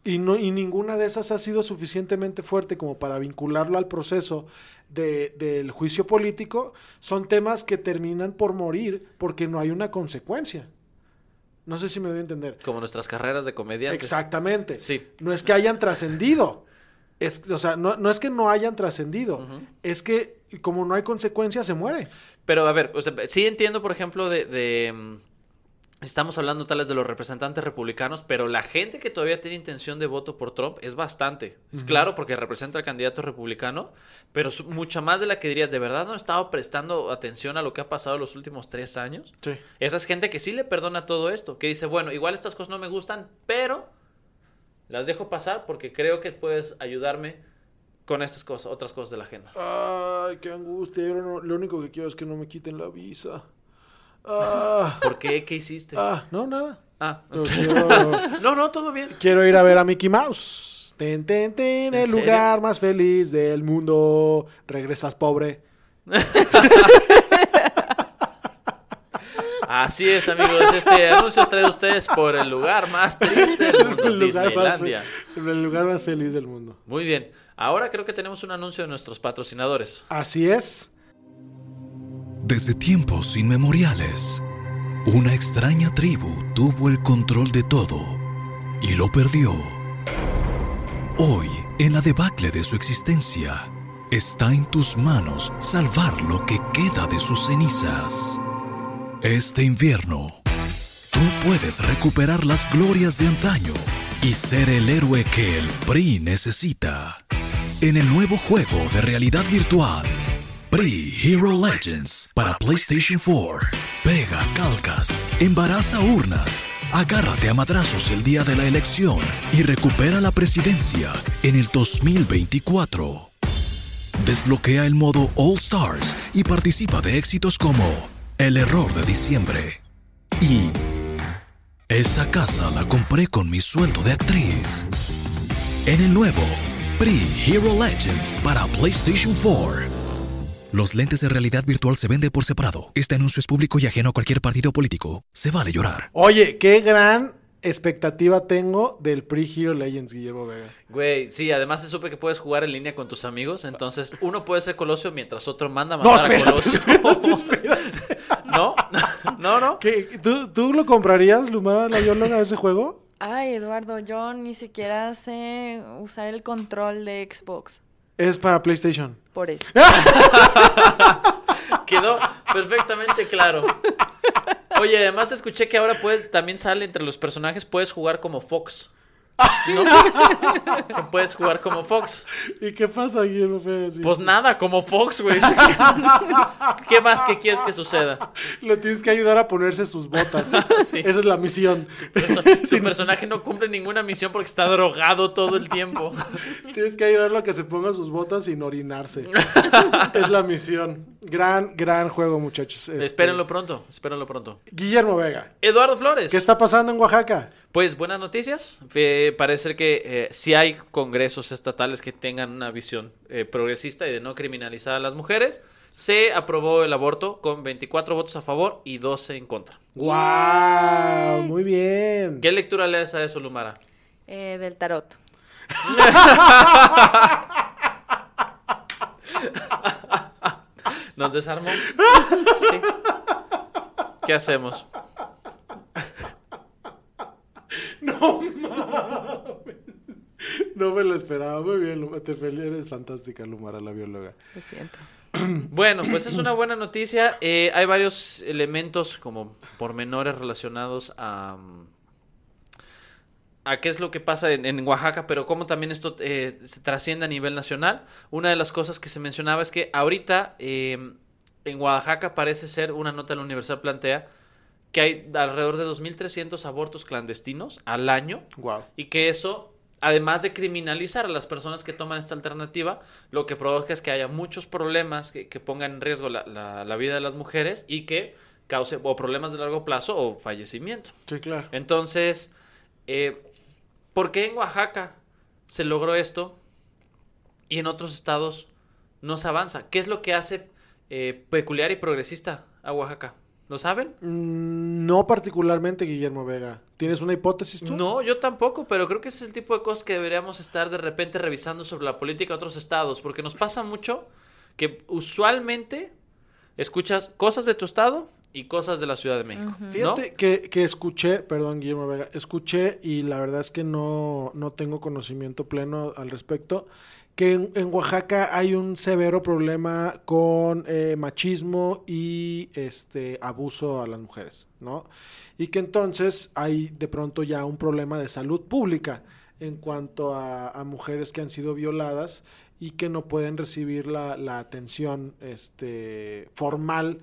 Speaker 2: y, no, y ninguna de esas ha sido suficientemente fuerte como para vincularlo al proceso de- del juicio político, son temas que terminan por morir porque no hay una consecuencia. No sé si me doy a entender.
Speaker 3: Como nuestras carreras de comediantes.
Speaker 2: Exactamente.
Speaker 3: Sí.
Speaker 2: No es que hayan trascendido. Es, o sea, no, no es que no hayan trascendido.
Speaker 3: Ujú.
Speaker 2: Es que como no hay consecuencia, se muere.
Speaker 3: Pero a ver, o sea, sí entiendo, por ejemplo, de, de, mm, Estamos hablando tal vez de los representantes republicanos, pero la gente que todavía tiene intención de voto por Trump es bastante. Es claro porque representa al candidato republicano, pero su- mucha más de la que dirías, ¿de verdad no he estado prestando atención a lo que ha pasado los últimos tres años?
Speaker 2: Sí.
Speaker 3: Esa es gente que sí le perdona todo esto, que dice, bueno, igual estas cosas no me gustan, pero las dejo pasar porque creo que puedes ayudarme con estas cosas, otras cosas de la agenda.
Speaker 2: Ay, qué angustia. Yo no- lo único que quiero es que no me quiten la visa. Ah,
Speaker 3: ¿Por qué? ¿Qué hiciste?
Speaker 2: ah, no, nada.
Speaker 3: Ah,
Speaker 2: Pero quiero,
Speaker 3: no, no, todo bien.
Speaker 2: quiero ir a ver a Mickey Mouse. Ten, ten, ten,
Speaker 3: ¿En
Speaker 2: el
Speaker 3: serio?
Speaker 2: lugar más feliz del mundo. Regresas pobre.
Speaker 3: Así es, amigos. Este anuncio es traído a ustedes por el lugar más triste del mundo,
Speaker 2: El lugar, más fe-
Speaker 3: Disneylandia.
Speaker 2: el lugar más feliz del mundo.
Speaker 3: Muy bien. Ahora creo que tenemos un anuncio de nuestros patrocinadores.
Speaker 2: Así es.
Speaker 5: Desde tiempos inmemoriales, una extraña tribu tuvo el control de todo y lo perdió. Hoy, en la debacle de su existencia, está en tus manos salvar lo que queda de sus cenizas. Este invierno, tú puedes recuperar las glorias de antaño y ser el héroe que el PRI necesita. En el nuevo juego de realidad virtual, PRI Hero Legends para PlayStation 4. Pega calcas, embaraza urnas, agárrate a madrazos el día de la elección y recupera la presidencia en el 2024. Desbloquea el modo All Stars y participa de éxitos como El error de diciembre y Esa casa la compré con mi sueldo de actriz. En el nuevo PRI Hero Legends para PlayStation 4. Los lentes de realidad virtual se venden por separado. Este anuncio es público y ajeno a cualquier partido político. Se vale llorar.
Speaker 2: Oye, qué gran expectativa tengo del Pre-Hero Legends, Guillermo Vega.
Speaker 3: Güey, sí, además se supe que puedes jugar en línea con tus amigos. Entonces, uno puede ser Colosio mientras otro manda a
Speaker 2: No,
Speaker 3: matar a
Speaker 2: espérate,
Speaker 3: Colosio. ¿No? No, no.
Speaker 2: ¿Qué? ¿Tú, ¿Tú lo comprarías, Lumara, la bióloga, ese juego?
Speaker 4: Ay, Eduardo, yo ni siquiera sé usar el control de Xbox.
Speaker 2: Es para PlayStation.
Speaker 4: Por eso.
Speaker 3: Quedó perfectamente claro. Oye, además escuché que ahora puedes, también sale entre los personajes, puedes jugar como Fox. ¿No? Que Puedes jugar como Fox.
Speaker 2: ¿Y qué pasa, Guillermo Vega? Sí.
Speaker 3: Pues nada, como Fox, güey. ¿Qué más que quieres que suceda?
Speaker 2: Lo tienes que ayudar a ponerse sus botas.
Speaker 3: Ah, Sí.
Speaker 2: Esa es la misión.
Speaker 3: Su, su personaje no cumple ninguna misión porque está drogado todo el tiempo.
Speaker 2: tienes que ayudarlo a que se ponga sus botas sin orinarse. es la misión. Gran, gran juego, muchachos. Este,
Speaker 3: Espérenlo pronto, espérenlo pronto.
Speaker 2: Guillermo Vega.
Speaker 3: Eduardo Flores.
Speaker 2: ¿Qué está pasando en Oaxaca?
Speaker 3: Pues buenas noticias. Eh, parece que eh, si hay congresos estatales que tengan una visión eh, progresista y de no criminalizar a las mujeres, se aprobó el aborto con 24 votos a favor y 12 en contra.
Speaker 2: ¡Wow! Muy bien.
Speaker 3: ¿Qué lectura le das a eso, Lumara?
Speaker 4: eh, del tarot.
Speaker 3: ¿Nos desarmó? Sí. ¿Qué hacemos?
Speaker 2: No me lo esperaba. Muy bien, Lu- te fel- Eres fantástica, Lumara, la bióloga.
Speaker 4: Lo siento.
Speaker 3: Bueno, pues es una buena noticia. Eh, hay varios elementos como pormenores relacionados a, mm, a qué es lo que pasa en, en Oaxaca, pero cómo también esto eh, se trasciende a nivel nacional. Una de las cosas que se mencionaba es que ahorita eh, en Oaxaca parece ser, una nota de la Universal plantea, que hay alrededor de 2.300 abortos clandestinos al año
Speaker 2: Wow.
Speaker 3: y que eso, además de criminalizar a las personas que toman esta alternativa, lo que provoca es que haya muchos problemas que, que pongan en riesgo la, la- la vida de las mujeres y que cause o problemas de largo plazo o fallecimiento.
Speaker 2: Sí, claro.
Speaker 3: Entonces, eh, ¿por qué en Oaxaca se logró esto y en otros estados no se avanza? ¿Qué es lo que hace eh, peculiar y progresista a Oaxaca? ¿Lo saben?
Speaker 2: Mm, No particularmente, Guillermo Vega. ¿Tienes una hipótesis tú?
Speaker 3: No, yo tampoco, pero creo que ese es el tipo de cosas que deberíamos estar de repente revisando sobre la política de otros estados, porque nos pasa mucho que usualmente escuchas cosas de tu estado y cosas de la Ciudad de México. ¿no?
Speaker 2: Fíjate que, que escuché, perdón Guillermo Vega, escuché y la verdad es que no, no tengo conocimiento pleno al respecto, que en, en Oaxaca hay un severo problema con eh, machismo y este abuso a las mujeres, ¿no? Y que entonces hay de pronto ya un problema de salud pública en cuanto a, a mujeres que han sido violadas y que no pueden recibir la, la atención este, formal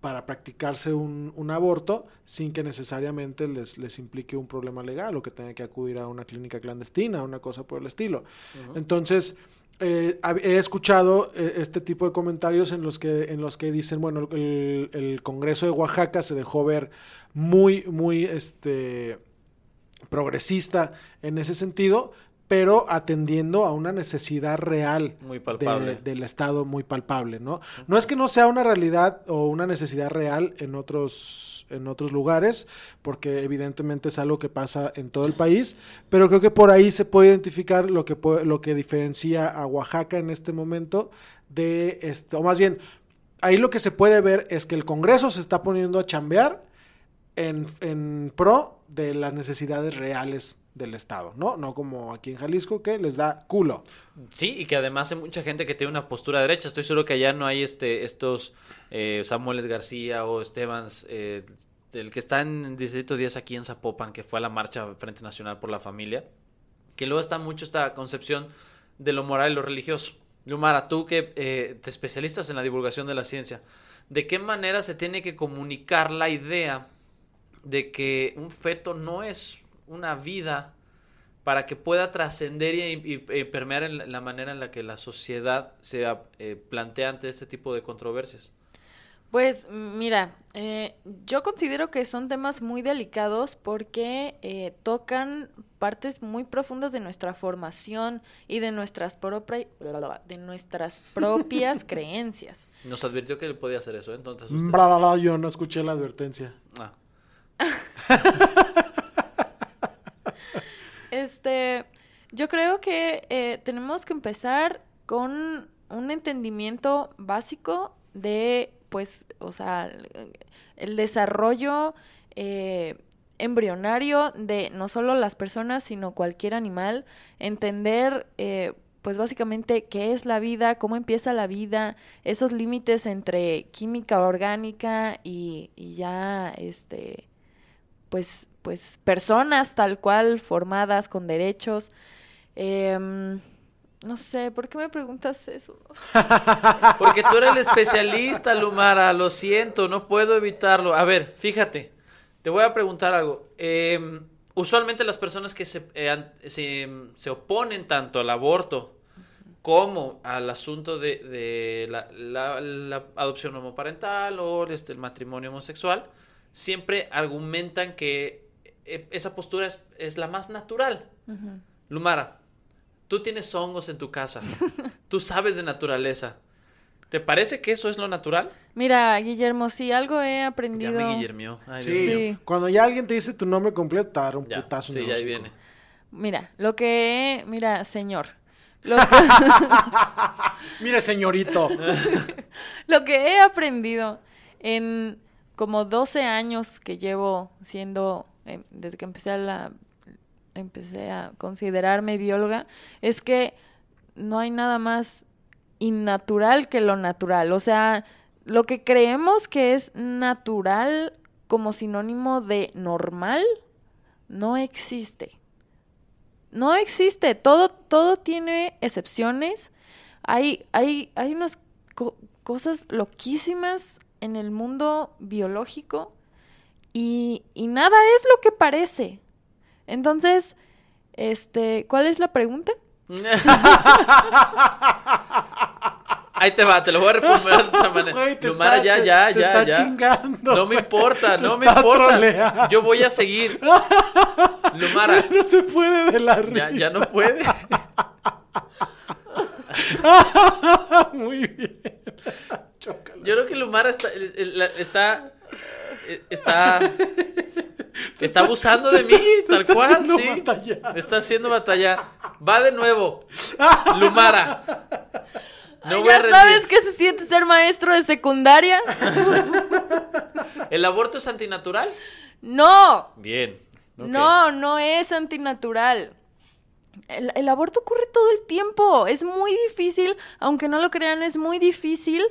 Speaker 2: para practicarse un, un aborto sin que necesariamente les, les implique un problema legal o que tenga que acudir a una clínica clandestina, una cosa por el estilo. Entonces, eh, hab- he escuchado eh, este tipo de comentarios en los que, en los que dicen, bueno, el, el Congreso de Oaxaca se dejó ver muy, muy, este, progresista en ese sentido, pero atendiendo a una necesidad real
Speaker 3: Muy
Speaker 2: de-
Speaker 3: palpable.
Speaker 2: del Estado muy palpable, ¿no? No es que no sea una realidad o una necesidad real en otros, en otros lugares, porque evidentemente es algo que pasa en todo el país, pero creo que por ahí se puede identificar lo que, puede- lo que diferencia a Oaxaca en este momento de, este, o más bien, ahí lo que se puede ver es que el Congreso se está poniendo a chambear en, en pro de las necesidades reales del Estado, ¿no? No como aquí en Jalisco que les da culo.
Speaker 3: Sí, y que además hay mucha gente que tiene una postura derecha. Estoy seguro que allá no hay este, estos eh, Samueles García o Estebans, eh, el que está en Distrito 10 aquí en Zapopan, que fue a la marcha Frente Nacional por la Familia, que luego está mucho esta concepción de lo moral y lo religioso. Lumara, tú que eh, te especialistas en la divulgación de la ciencia, ¿de qué manera se tiene que comunicar la idea de que un feto no es una vida para que pueda trascender y, y- y permear en la- la manera en la que la sociedad se ah, eh, plantea ante este tipo de controversias.
Speaker 4: Pues m- mira, eh, yo considero que son temas muy delicados porque eh, tocan partes muy profundas de nuestra formación y de nuestras, propri- de nuestras propias creencias.
Speaker 3: Nos advirtió que él podía hacer eso, ¿eh? entonces... usted-
Speaker 2: Bla, bla, bla, yo no escuché la advertencia.
Speaker 3: Ah.
Speaker 4: Este, yo creo que eh, tenemos que empezar con un entendimiento básico de, pues, o sea, el, el desarrollo eh, embrionario de no solo las personas, sino cualquier animal. Entender, eh, pues, básicamente qué es la vida, cómo empieza la vida, esos límites entre química orgánica y, y ya, este, pues, pues personas tal cual, formadas, con derechos. Em, no sé, ¿por qué me preguntas eso?
Speaker 3: Porque tú eres el especialista, Lumara, lo siento, no puedo evitarlo. A ver, fíjate, te voy a preguntar algo. Eh, em, usualmente las personas que se, eh, an- se, se oponen tanto al aborto como al asunto de, de la, la- la adopción homoparental o este, el matrimonio homosexual, siempre argumentan que eh, esa postura es, es la más natural. Lumara, tú tienes hongos en tu casa, tú sabes de naturaleza. ¿Te parece que eso es lo natural?
Speaker 4: Mira, Guillermo, si algo he
Speaker 3: Ya
Speaker 4: aprendido.
Speaker 3: me guillermió. Ay, Dios
Speaker 2: Sí.
Speaker 3: mío.
Speaker 4: Sí.
Speaker 2: Cuando ya alguien te dice tu nombre completo, te va a dar un
Speaker 3: Ya,
Speaker 2: putazo. en
Speaker 3: sí,
Speaker 2: el
Speaker 3: ya ahí
Speaker 2: hocico.
Speaker 3: viene.
Speaker 4: Mira, lo que he- Mira, señor. Lo,
Speaker 2: Mire, señorito.
Speaker 4: lo que he aprendido en como 12 años que llevo siendo. em, desde que empecé a la. Empecé a considerarme bióloga, es que no hay nada más innatural que lo natural. O sea, lo que creemos que es natural como sinónimo de normal no existe. No existe. Todo, todo tiene excepciones. Hay, hay, hay unas co- cosas loquísimas en el mundo biológico y, y nada es lo que parece. Entonces, este, ¿cuál es la pregunta?
Speaker 3: Ahí te va, te lo voy a reformular de otra manera.
Speaker 2: Güey, te
Speaker 3: Lumara,
Speaker 2: está-
Speaker 3: ya,
Speaker 2: te-
Speaker 3: ya,
Speaker 2: te
Speaker 3: ya,
Speaker 2: está
Speaker 3: ya.
Speaker 2: chingando,
Speaker 3: no me
Speaker 2: güey.
Speaker 3: importa,
Speaker 2: Te
Speaker 3: no me
Speaker 2: está
Speaker 3: importa.
Speaker 2: troleando.
Speaker 3: Yo voy a seguir. Lumara,
Speaker 2: no se puede de la risa.
Speaker 3: ya, ya no puede.
Speaker 2: Muy bien. Chócala.
Speaker 3: Yo creo que Lumara está. el- el- la- Está. eh, Está. Está abusando de mí, tal
Speaker 2: está
Speaker 3: cual,
Speaker 2: haciendo
Speaker 3: sí.
Speaker 2: batallar.
Speaker 3: Me está haciendo batallar. Va de nuevo. Lumara. No voy a
Speaker 4: ¿Ya
Speaker 3: rendir.
Speaker 4: sabes qué se siente ser maestro de secundaria?
Speaker 3: ¿El aborto es antinatural?
Speaker 4: No,
Speaker 3: Bien. ok.
Speaker 4: no, no es antinatural. El, el aborto ocurre todo el tiempo. Es muy difícil, aunque no lo crean, es muy difícil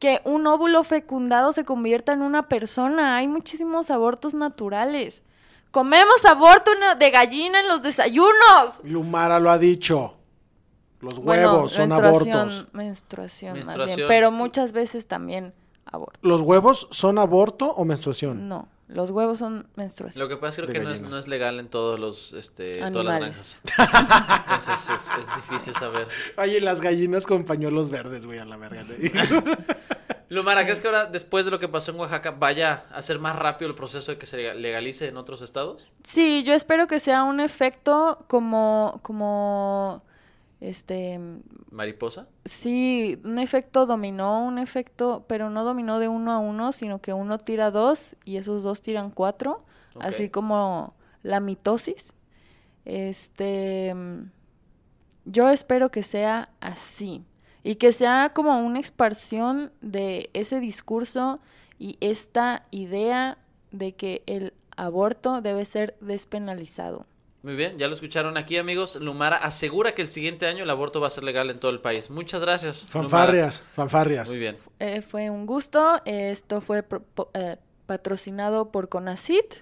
Speaker 4: que un óvulo fecundado se convierta en una persona. Hay muchísimos abortos naturales. Comemos aborto en- de gallina en los desayunos.
Speaker 2: Lumara lo ha dicho. Los
Speaker 4: Bueno,
Speaker 2: huevos son
Speaker 4: menstruación,
Speaker 2: abortos.
Speaker 4: Menstruación, más bien,
Speaker 3: Menstruación.
Speaker 4: Pero muchas veces también aborto.
Speaker 2: ¿Los huevos son aborto o menstruación?
Speaker 4: No, los huevos son menstruación.
Speaker 3: Lo que pasa es creo
Speaker 2: De
Speaker 3: que no es,
Speaker 2: gallina.
Speaker 3: no es legal en todos los este, todas las
Speaker 4: Animales.
Speaker 3: granjas. Entonces es, es difícil saber.
Speaker 2: Oye, las gallinas con pañuelos verdes, güey, a la verga. te digo.
Speaker 3: Lumara, ¿crees que ahora, después de lo que pasó en Oaxaca, vaya a ser más rápido el proceso de que se legalice en otros estados?
Speaker 4: Sí, yo espero que sea un efecto como, como, este,
Speaker 3: ¿Mariposa?
Speaker 4: sí, un efecto dominó, un efecto, pero no dominó de uno a uno, sino que uno tira dos y esos dos tiran cuatro,
Speaker 3: Ok.
Speaker 4: así como la mitosis. Este, mm, yo espero que sea así y que sea como una expansión de ese discurso y esta idea de que el aborto debe ser despenalizado.
Speaker 3: Muy bien, ya lo escucharon aquí, amigos. Lumara asegura que el siguiente año el aborto va a ser legal en todo el país. Muchas gracias. Lumara.
Speaker 2: fanfarrias, fanfarrias.
Speaker 3: Muy bien.
Speaker 4: Eh, fue un gusto. Esto fue pro- po- eh, patrocinado por Conacit.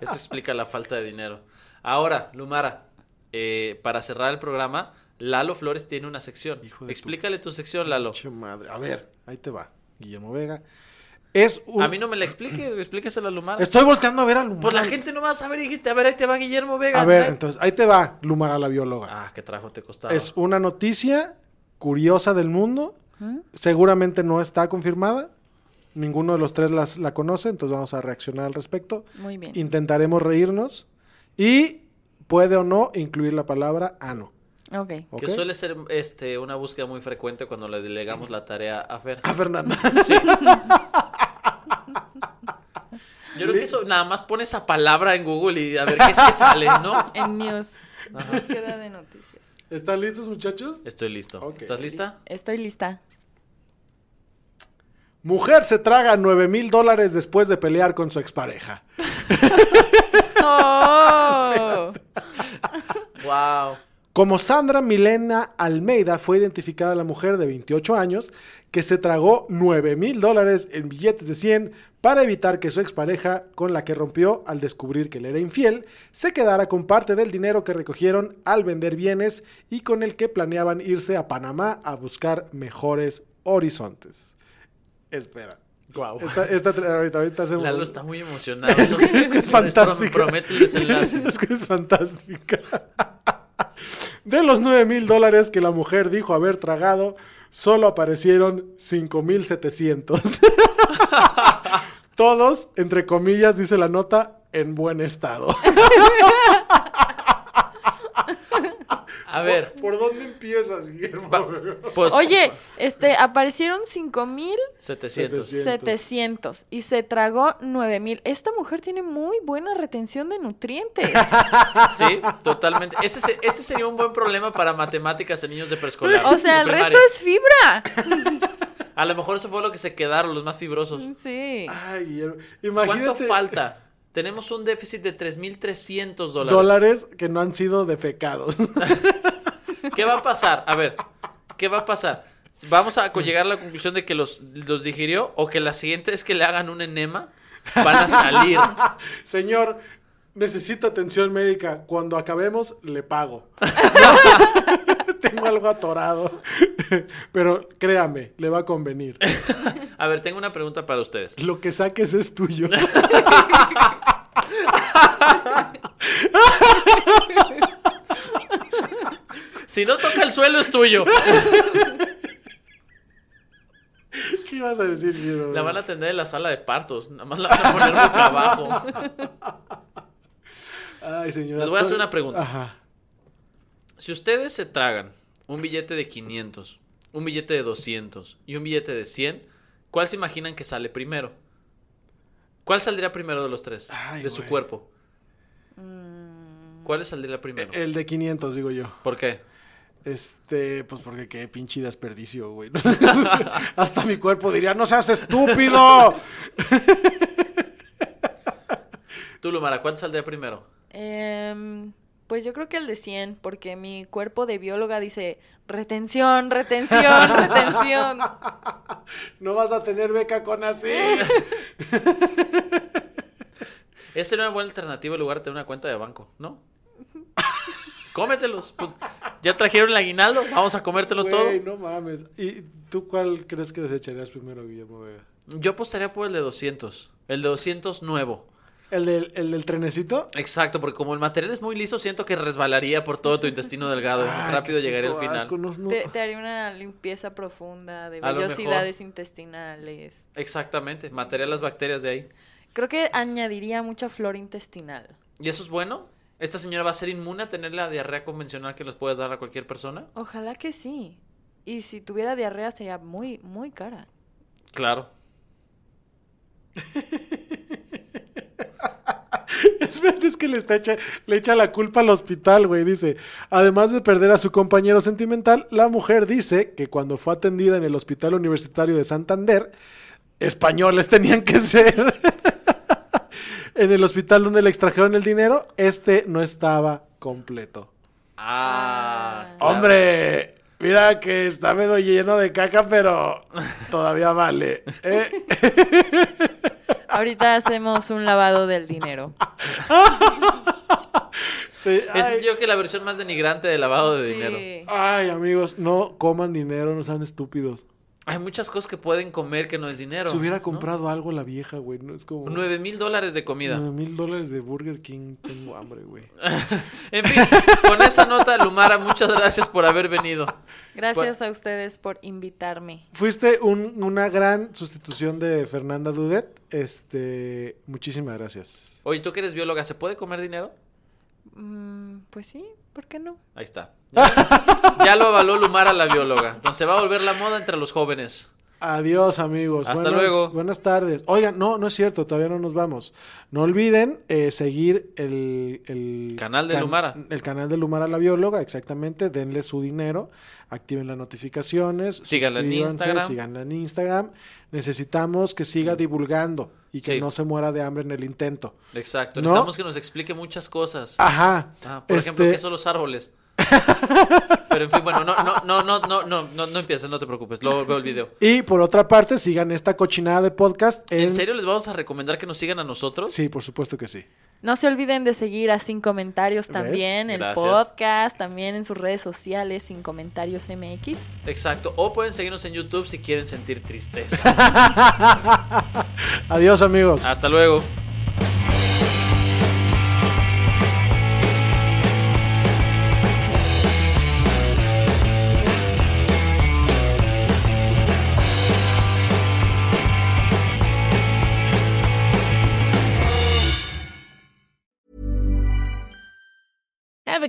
Speaker 3: Eso explica la falta de dinero. Ahora, Lumara, eh, para cerrar el programa, Lalo Flores tiene una sección.
Speaker 2: Hijo de tu-
Speaker 3: Explícale tu sección, Lalo.
Speaker 2: Che madre. A ver, ahí te va. Guillermo Vega. Es un...
Speaker 3: A mí no me la expliques, explíquesela a Lumara.
Speaker 2: Estoy volteando a ver a Lumara.
Speaker 3: Pues la gente no va a saber, dijiste, a ver, ahí te va Guillermo Vega.
Speaker 2: A ver,
Speaker 3: Ay.
Speaker 2: entonces, ahí te va Lumara la bióloga.
Speaker 3: Ah, qué trabajo te costaba.
Speaker 2: es una noticia curiosa del mundo. Seguramente no está confirmada. Ninguno de los tres las, la conoce, entonces vamos a reaccionar al respecto.
Speaker 4: Muy bien.
Speaker 2: Intentaremos reírnos y puede o no incluir la palabra ano.
Speaker 4: Ok.
Speaker 2: ¿ok?
Speaker 3: Que suele ser este, una búsqueda muy frecuente cuando le delegamos la tarea a Fer.
Speaker 2: Ah, Fernanda.
Speaker 3: Yo creo que eso, nada más pon esa palabra en Google y a ver qué es que sale, ¿no?
Speaker 4: En news. Búsqueda de noticias.
Speaker 2: ¿Están listos, muchachos?
Speaker 3: Estoy listo.
Speaker 2: Ok.
Speaker 3: ¿Estás lista?
Speaker 4: Estoy lista.
Speaker 2: Mujer se traga 9 mil dólares después de pelear con su expareja.
Speaker 4: ¡Oh!
Speaker 3: Wow.
Speaker 2: Como Sandra Milena Almeida fue identificada la mujer de 28 años que se tragó 9 mil dólares en billetes de 100 para evitar que su expareja, con la que rompió al descubrir que le era infiel, se quedara con parte del dinero que recogieron al vender bienes y con el que planeaban irse a Panamá a buscar mejores horizontes. Espera.
Speaker 3: Wow.
Speaker 2: Esta, esta tra- ahorita, ahorita hacemos-
Speaker 3: Oh. Lalo está muy emocionado.
Speaker 2: es que es
Speaker 3: Pro-
Speaker 2: fantástica.
Speaker 3: Promete el desenlace.
Speaker 2: Es que es fantástica. De los 9 mil dólares que la mujer dijo haber tragado, solo aparecieron 5 mil 700. Todos, entre comillas, dice la nota, en buen estado.
Speaker 3: A ver,
Speaker 2: ¿Por dónde empiezas, Guillermo?
Speaker 3: pues.
Speaker 4: Oye, este, aparecieron 5.700
Speaker 3: 700.
Speaker 4: 700 y se tragó 9.000. Esta mujer tiene muy buena retención de nutrientes.
Speaker 3: Sí, totalmente. Ese, se- ese sería un buen problema para matemáticas en niños de preescolar.
Speaker 4: O sea, el
Speaker 3: de
Speaker 4: resto
Speaker 3: primaria.
Speaker 4: es fibra.
Speaker 3: A lo mejor eso fue lo que se quedaron, los más fibrosos.
Speaker 4: Sí.
Speaker 2: Ay, Guillermo,
Speaker 3: ¿Cuánto
Speaker 2: imagínate
Speaker 3: falta? Tenemos un déficit de 3.300 dólares.
Speaker 2: dólares que no han sido defecados.
Speaker 3: ¿Qué va a pasar? A ver, ¿qué va a pasar? ¿Vamos a co- llegar a la conclusión de que los, los digirió o que la siguiente es que le hagan un enema? Van a salir.
Speaker 2: Señor, necesito atención médica. Cuando acabemos, le pago. Tengo algo atorado. Pero créame, le va a convenir.
Speaker 3: A ver, tengo una pregunta para ustedes.
Speaker 2: Lo que saques es tuyo.
Speaker 3: Si no toca el suelo es tuyo.
Speaker 2: ¿Qué ibas a decir, Giro?
Speaker 3: La van a atender en la sala de partos. Nada más la van a poner boca abajo.
Speaker 2: Ay, señora.
Speaker 3: Les voy a hacer
Speaker 2: todo-
Speaker 3: una pregunta.
Speaker 2: Ajá.
Speaker 3: Si ustedes se tragan un billete de 500, un billete de 200 y un billete de 100, ¿cuál se imaginan que sale primero? ¿Cuál saldría primero de los tres?
Speaker 2: Ay,
Speaker 3: de su
Speaker 2: güey.
Speaker 3: cuerpo. ¿Cuál saldría primero?
Speaker 2: El de 500, digo yo.
Speaker 3: ¿Por qué?
Speaker 2: Este, pues porque qué pinche desperdicio, güey. Hasta mi cuerpo diría, no seas estúpido.
Speaker 3: Tú, Lumara, ¿cuál saldría primero?
Speaker 4: Em, pues yo creo que el de 100, porque mi cuerpo de bióloga dice retención, retención, retención.
Speaker 2: No vas a tener beca con así.
Speaker 3: Esa sería una buena alternativa en lugar de tener una cuenta de banco, ¿no? Cómetelos. pues, ya trajeron el aguinaldo, vamos a comértelo
Speaker 2: Güey, no mames. ¿Y tú cuál crees que desecharías primero, Guillermo Vega?
Speaker 3: todo. Yo apostaría por el de 200. El de 200 nuevo.
Speaker 2: ¿El del, el del trenecito?
Speaker 3: Exacto, porque como el material es muy liso, siento que resbalaría por todo tu intestino delgado. Rápido llegaría al
Speaker 2: Puto
Speaker 3: final.
Speaker 2: asco, no- no.
Speaker 4: Te, te haría una limpieza profunda de
Speaker 3: A lo mejor.
Speaker 4: vellosidades intestinales.
Speaker 3: Exactamente, mataría las bacterias de ahí.
Speaker 4: Creo que añadiría mucha flora intestinal.
Speaker 3: ¿Y eso es bueno? ¿Esta señora va a ser inmune a tener la diarrea convencional que les puede dar a cualquier persona?
Speaker 4: Ojalá que sí. Y si tuviera diarrea sería muy, muy cara.
Speaker 3: Claro.
Speaker 2: Espérate, es que le, está echa, le echa la culpa al hospital, güey. Dice, además de perder a su compañero sentimental, la mujer dice que cuando fue atendida en el Hospital Universitario de Santander, españoles tenían que ser. en el hospital donde le extrajeron el dinero, este no estaba completo.
Speaker 3: Ah,
Speaker 4: Ah.
Speaker 3: claro.
Speaker 2: Hombre, mira que está medio lleno de caca, pero todavía vale. ¿eh?
Speaker 4: Ahorita hacemos un lavado del dinero.
Speaker 2: Sí,
Speaker 3: Esa
Speaker 2: ay.
Speaker 3: es yo que la versión más denigrante de lavado de
Speaker 4: Sí.
Speaker 3: dinero.
Speaker 2: Ay, amigos, no coman dinero, no sean estúpidos.
Speaker 3: Hay muchas cosas que pueden comer que no es dinero.
Speaker 2: Si hubiera
Speaker 3: ¿no?
Speaker 2: comprado algo la vieja, güey, no es como...
Speaker 3: Nueve mil dólares de comida.
Speaker 2: Nueve mil dólares de Burger King, tengo hambre, güey.
Speaker 3: En fin, con esa nota, Lumara, muchas gracias por haber venido.
Speaker 4: Gracias a ustedes por invitarme.
Speaker 2: Fuiste un- una gran sustitución de Fernanda Dudet. Este, muchísimas gracias.
Speaker 3: Oye, tú que eres bióloga, ¿se puede comer dinero?
Speaker 4: Mm, pues sí, ¿por qué no?
Speaker 3: Ahí está. Ya lo avaló Lumara la bióloga. Entonces va a volver la moda entre los jóvenes.
Speaker 2: Adiós, amigos.
Speaker 3: Hasta
Speaker 2: buenas,
Speaker 3: luego.
Speaker 2: Buenas tardes. Oigan, no, no es cierto, todavía no nos vamos. No olviden eh, seguir el, el
Speaker 3: Canal de Lumara.
Speaker 2: El canal de Lumara la bióloga, exactamente. Denle su dinero, activen las notificaciones,
Speaker 3: Síganla en
Speaker 2: suscríbanse,
Speaker 3: Instagram.
Speaker 2: síganla en Instagram. Necesitamos que siga divulgando y que
Speaker 3: Sí.
Speaker 2: no se muera de hambre en el intento.
Speaker 3: Exacto.
Speaker 2: ¿No?
Speaker 3: Necesitamos que nos explique muchas cosas.
Speaker 2: Ajá.
Speaker 3: Ah, por ejemplo,
Speaker 2: este,
Speaker 3: ¿qué son los árboles? Pero en fin, bueno, no, no, no, no, no, no, no, no empieces, no te preocupes. Luego veo el video.
Speaker 2: Y por otra parte, sigan esta cochinada de podcast.
Speaker 3: ¿En serio les vamos a recomendar que nos sigan a nosotros?
Speaker 2: Sí, por supuesto que sí.
Speaker 4: No se olviden de seguir a Sin Comentarios
Speaker 2: ¿Ves?
Speaker 4: también, el
Speaker 3: Gracias.
Speaker 4: podcast, también en sus redes sociales, Sin Comentarios MX.
Speaker 3: Exacto. O pueden seguirnos en YouTube si quieren sentir tristeza.
Speaker 2: Adiós, amigos.
Speaker 3: Hasta luego.
Speaker 6: Ever